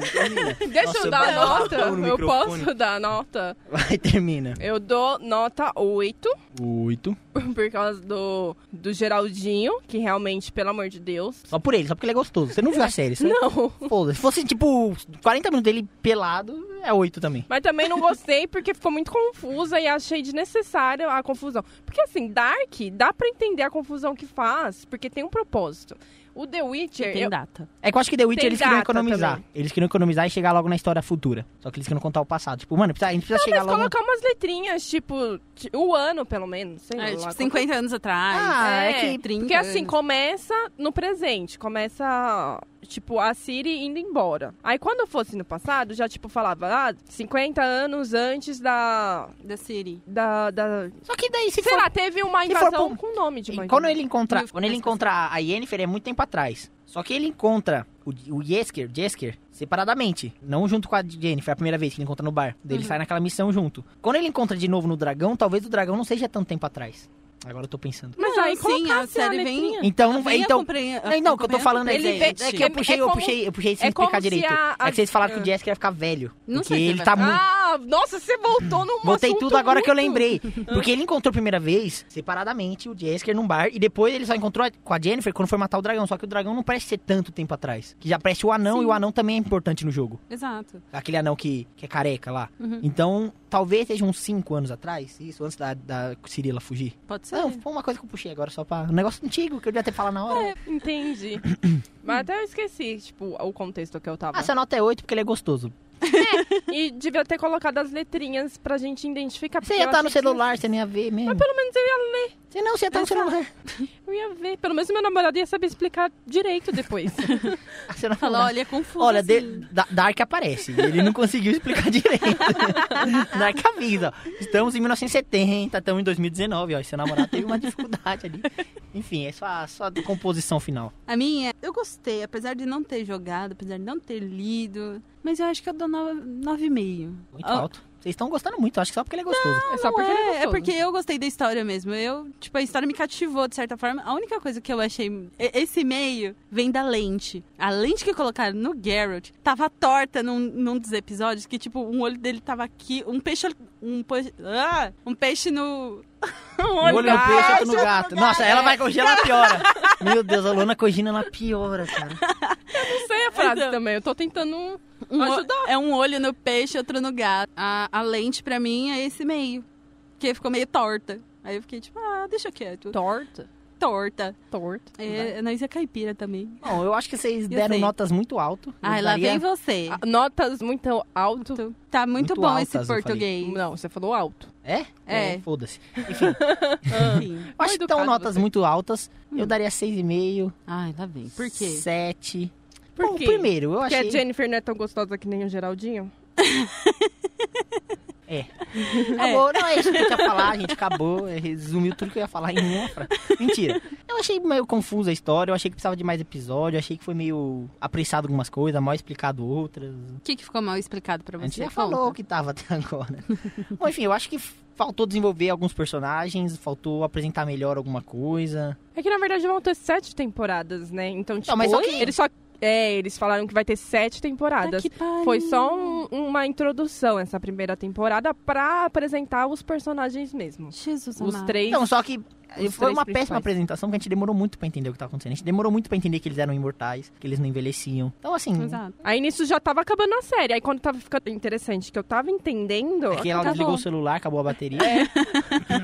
Speaker 1: Deixa
Speaker 3: Nossa,
Speaker 1: eu
Speaker 3: eu
Speaker 1: dar
Speaker 3: bati
Speaker 1: a
Speaker 3: o
Speaker 1: nota.
Speaker 3: pau no
Speaker 1: Eu
Speaker 3: microfone.
Speaker 1: posso dar a nota.
Speaker 3: vai, termina.
Speaker 1: Eu dou nota 8
Speaker 3: Oito.
Speaker 1: por causa do, do Geraldinho, que realmente, pelo amor de Deus.
Speaker 3: Só por ele, só porque ele é gostoso. Você não viu a série, isso aí?
Speaker 1: Não.
Speaker 3: Foda-se. Se fosse, tipo, 40 minutos dele pelado, é oito também.
Speaker 1: Mas também não gostei porque ficou muito confusa e achei desnecessária a confusão. Porque assim, Dark, dá pra entender a confusão que faz, porque tem um propósito. O The Witcher,
Speaker 2: Tem
Speaker 1: eu-
Speaker 2: data.
Speaker 3: É que eu acho que The Witcher
Speaker 1: Tem
Speaker 3: eles queriam
Speaker 1: data
Speaker 3: economizar.
Speaker 1: também.
Speaker 3: Eles queriam economizar e chegar logo na história futura. Só que eles queriam contar o passado. Tipo, mano, precisa- a gente precisa chegar
Speaker 1: mas
Speaker 3: logo.
Speaker 1: colocar umas letrinhas, tipo, ti- o ano pelo menos, sei lá.
Speaker 2: É, tipo,
Speaker 1: qualquer-
Speaker 2: 50 anos atrás.
Speaker 3: Ah, é que-
Speaker 2: 30
Speaker 1: Porque assim,
Speaker 2: anos.
Speaker 1: começa no presente, começa, tipo, a Siri indo embora. Aí quando eu fosse no passado, já, tipo, falava, ah, 50 anos antes da.
Speaker 2: Da Siri.
Speaker 1: da. da...
Speaker 3: Só que daí, se
Speaker 1: Sei
Speaker 3: for.
Speaker 1: lá, teve uma
Speaker 3: se for
Speaker 1: invasão
Speaker 3: pro-
Speaker 1: com o nome de uma
Speaker 3: E quando
Speaker 1: invasão.
Speaker 3: ele encontra,
Speaker 2: Eu-
Speaker 3: quando ele
Speaker 2: mas-
Speaker 3: encontra a Yennefer é muito tempo atrás. Só que ele encontra o, o Jesker, Jesker separadamente, não junto com a Yennefer, é a primeira vez que ele encontra no bar. Daí Ele
Speaker 2: Uhum.
Speaker 3: sai naquela missão junto. Quando ele encontra de novo no dragão, talvez o dragão não seja tanto tempo atrás. Agora eu tô pensando.
Speaker 1: Mas
Speaker 2: Não,
Speaker 1: aí
Speaker 2: sim,
Speaker 3: assim,
Speaker 2: a
Speaker 1: colocasse a
Speaker 2: série vem-
Speaker 1: letrinha.
Speaker 3: Então,
Speaker 2: Vem
Speaker 3: não vai- então
Speaker 2: acompanha-
Speaker 3: não, não, o que eu tô
Speaker 2: acompanhando
Speaker 3: falando é,
Speaker 1: Ele
Speaker 3: que-
Speaker 2: presente.
Speaker 1: vem-
Speaker 3: é que eu puxei, eu
Speaker 1: como-
Speaker 3: puxei, eu puxei sem
Speaker 1: é como
Speaker 3: explicar
Speaker 1: se
Speaker 3: direito.
Speaker 1: a-
Speaker 3: É que vocês falaram que o
Speaker 1: é.
Speaker 3: Jesker ia ficar velho.
Speaker 2: Não
Speaker 3: porque
Speaker 2: sei se
Speaker 3: ele
Speaker 2: vai
Speaker 3: tá
Speaker 2: ficar.
Speaker 3: muito
Speaker 1: Ah, nossa, você voltou num
Speaker 3: Botei
Speaker 1: Um assunto
Speaker 3: tudo agora que eu
Speaker 1: muito-
Speaker 3: lembrei. Porque ele encontrou a primeira vez, separadamente, o Jesker num bar. E depois ele só encontrou a- com a Jennifer quando foi matar o dragão. Só que o dragão não parece ser tanto tempo atrás. Que já parece o anão
Speaker 2: Sim.
Speaker 3: e o anão também é importante no jogo.
Speaker 2: Exato.
Speaker 3: Aquele anão que, que é careca lá.
Speaker 2: Uhum.
Speaker 3: Então, talvez seja uns 5 anos atrás, isso, antes da, da Cirila fugir.
Speaker 2: Pode ser.
Speaker 3: Não, foi uma coisa que eu puxei agora só pra. Um negócio antigo que eu devia ter falado na hora.
Speaker 1: É. Entendi. Mas até eu esqueci, tipo, o contexto que eu tava.
Speaker 3: Ah, essa nota é 8 porque ele é gostoso.
Speaker 1: E devia ter colocado as letrinhas pra gente identificar.
Speaker 3: Você
Speaker 1: porque
Speaker 3: ia
Speaker 1: eu
Speaker 3: estar no
Speaker 1: achei que
Speaker 3: celular, você não ia ver mesmo. Mas pelo menos eu ia ler. Você não, você ia estar no celular.
Speaker 1: Eu ia ver. Pelo menos meu namorado ia saber explicar direito depois.
Speaker 3: Ah, Você não
Speaker 2: Fala, olha, é confuso.
Speaker 3: Olha, de-
Speaker 2: assim.
Speaker 3: Da- Dark aparece. Ele não conseguiu explicar direito. Dark avisa. ó, Estamos em 1970, estamos em 2019. Ó, e seu namorado teve uma dificuldade ali. Enfim, é só a, só a composição final.
Speaker 2: A minha, eu gostei, apesar de não ter jogado, apesar de não ter lido. Mas eu acho que eu dou nove- 9,5.
Speaker 3: Muito
Speaker 2: Ah,
Speaker 3: alto. Vocês estão gostando muito, acho que só porque ele é gostoso.
Speaker 1: é só
Speaker 2: não
Speaker 1: porque ele
Speaker 2: é,
Speaker 1: gostou,
Speaker 2: é porque eu gostei da história mesmo. Eu, tipo, a história me cativou de certa forma. A única coisa que eu achei e- esse meio vem da lente. A lente que colocaram no Geralt tava torta num, num dos episódios que tipo um olho dele tava aqui, um peixe um peixe, ah, um peixe no
Speaker 1: Um
Speaker 3: Um olho no
Speaker 1: gato.
Speaker 3: peixe, outro no gato. Nossa, ela vai corrigir, ela piora. Meu Deus, a Lona corrigindo, ela piora, cara.
Speaker 1: Não sei a frase
Speaker 2: Então.
Speaker 1: também. Eu tô tentando.
Speaker 2: um o-
Speaker 1: Ajudou.
Speaker 2: é um olho no peixe, outro no gato. A, a lente pra mim é esse meio, que ficou meio torta. Aí eu fiquei tipo, ah, deixa quieto.
Speaker 1: Torta?
Speaker 2: Torta.
Speaker 1: Torta.
Speaker 2: É, nós é caipira também.
Speaker 3: Bom, eu acho que vocês
Speaker 2: Eu
Speaker 3: deram
Speaker 2: sei.
Speaker 3: notas muito alto. Eu
Speaker 2: Ai, lá
Speaker 3: daria-
Speaker 2: vem
Speaker 3: É.
Speaker 2: você.
Speaker 1: Ah, Notas muito alto.
Speaker 2: Tá muito,
Speaker 3: Muito
Speaker 2: bom
Speaker 3: altas, eu
Speaker 2: esse
Speaker 3: falei.
Speaker 2: português.
Speaker 1: Não, você falou alto.
Speaker 3: É?
Speaker 2: É.
Speaker 3: Foda-se. Enfim, eu
Speaker 2: Enfim.
Speaker 1: Mal
Speaker 3: acho que estão
Speaker 1: educado
Speaker 3: notas
Speaker 2: né?
Speaker 1: você.
Speaker 3: muito altas.
Speaker 2: Hum.
Speaker 3: Eu daria 6,5.
Speaker 2: Ai, lá vem. Ah, Por quê?
Speaker 3: Sete.
Speaker 1: Por
Speaker 3: Bom,
Speaker 1: quê?
Speaker 3: primeiro, eu
Speaker 1: Porque
Speaker 3: achei...
Speaker 1: a Jennifer não é tão gostosa que nem o Geraldinho.
Speaker 3: Acabou, não é isso que eu tinha falar, gente. Acabou, é, resumiu tudo que eu ia falar em uma frase. Mentira. Eu achei meio confusa a história, eu achei que precisava de mais episódio, eu achei que foi meio apressado algumas coisas, mal explicado outras.
Speaker 2: O que, que ficou mal explicado pra
Speaker 3: A
Speaker 2: você?
Speaker 3: gente já
Speaker 2: Conta.
Speaker 3: falou o que tava até agora. Bom, enfim, eu acho que faltou desenvolver alguns personagens, faltou apresentar melhor alguma coisa.
Speaker 1: É que na verdade vão ter sete temporadas, né? Então, tipo,
Speaker 3: mas só
Speaker 1: oi?
Speaker 3: que-
Speaker 1: eles só. É, eles falaram que vai ter sete temporadas.
Speaker 2: Tá que pariu.
Speaker 1: Foi só um- uma introdução essa primeira temporada pra apresentar os personagens
Speaker 3: um-
Speaker 1: mesmo.
Speaker 2: Jesus
Speaker 1: Os
Speaker 2: amado.
Speaker 1: três.
Speaker 3: Então, só que
Speaker 1: Os
Speaker 3: foi
Speaker 1: três
Speaker 3: uma
Speaker 1: principais.
Speaker 3: péssima apresentação, porque a gente demorou muito pra entender o que tá acontecendo. A gente demorou muito pra entender que eles eram imortais, que eles não envelheciam. Então, assim,
Speaker 2: Exato.
Speaker 1: Aí nisso já tava acabando a série. Aí quando tava ficando interessante, que eu tava entendendo,
Speaker 3: é que ela
Speaker 2: Acabou.
Speaker 3: desligou o celular, acabou a bateria.
Speaker 2: É.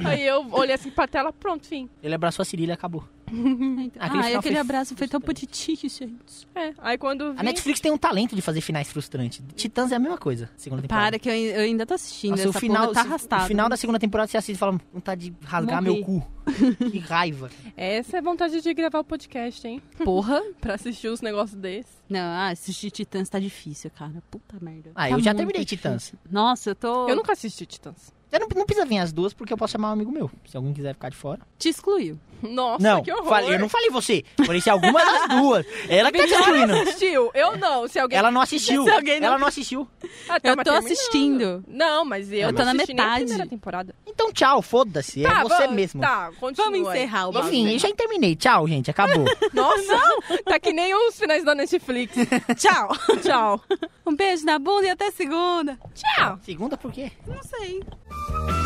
Speaker 1: aí eu olhei assim pra tela, pronto, fim.
Speaker 3: Ele abraçou a Cirília e acabou.
Speaker 2: Então-
Speaker 3: Aquele
Speaker 2: Ai,
Speaker 3: final
Speaker 2: aquele
Speaker 3: foi
Speaker 2: abraço foi tão
Speaker 3: frustrante.
Speaker 2: bonitinho, gente.
Speaker 1: É. Aí quando vi,
Speaker 3: A Netflix tem um talento de fazer finais frustrantes. Titãs é a mesma coisa, segunda temporada.
Speaker 2: Para, que eu, ai- eu ainda tô assistindo.
Speaker 3: Nossa,
Speaker 2: Essa
Speaker 3: o final,
Speaker 2: porra tá
Speaker 3: se-
Speaker 2: arrastada.
Speaker 3: o final da segunda temporada você assiste e fala, "Hum, vontade de rasgar
Speaker 2: Morri.
Speaker 3: meu cu. que raiva.
Speaker 1: essa é vontade de gravar o podcast, hein?
Speaker 2: Porra.
Speaker 1: Pra assistir uns negócios desses.
Speaker 2: Não, ah, assistir Titãs tá difícil, cara. Puta merda.
Speaker 3: Ah,
Speaker 2: Tá
Speaker 3: eu já
Speaker 2: muito
Speaker 3: terminei Titãs.
Speaker 2: difícil. Nossa, eu tô...
Speaker 1: Eu nunca assisti Titãs.
Speaker 3: Eu não, não precisa vir as duas, porque eu posso chamar um amigo meu. Se alguém quiser ficar de fora.
Speaker 2: Te excluiu.
Speaker 1: Nossa,
Speaker 3: não,
Speaker 1: que horror.
Speaker 3: falei- eu não falei você. Falei se alguma das duas. Ela que tá te
Speaker 1: Vitória
Speaker 3: excluindo.
Speaker 1: assistiu. Eu não. Se alguém.
Speaker 3: Ela não assistiu.
Speaker 2: Se alguém não-
Speaker 3: Ela não assistiu.
Speaker 1: Ah,
Speaker 2: Eu
Speaker 1: mas
Speaker 2: tô
Speaker 1: terminando.
Speaker 2: assistindo.
Speaker 1: Não, mas eu,
Speaker 2: Eu
Speaker 1: não
Speaker 2: tô na
Speaker 1: assisti nem a
Speaker 2: metade.
Speaker 1: primeira temporada.
Speaker 3: Então tchau, foda-se.
Speaker 1: tá,
Speaker 3: é você
Speaker 1: vamos-
Speaker 3: mesmo.
Speaker 1: Tá, continua.
Speaker 2: Vamos
Speaker 1: aí.
Speaker 2: encerrar o bagulho.
Speaker 3: Enfim, eu já terminei. Tchau, gente. Acabou.
Speaker 1: Nossa, tá que nem os finais da Netflix.
Speaker 2: Tchau.
Speaker 1: Tchau.
Speaker 2: Um beijo na bunda e até segunda.
Speaker 1: Tchau.
Speaker 3: Segunda por quê?
Speaker 2: Não sei.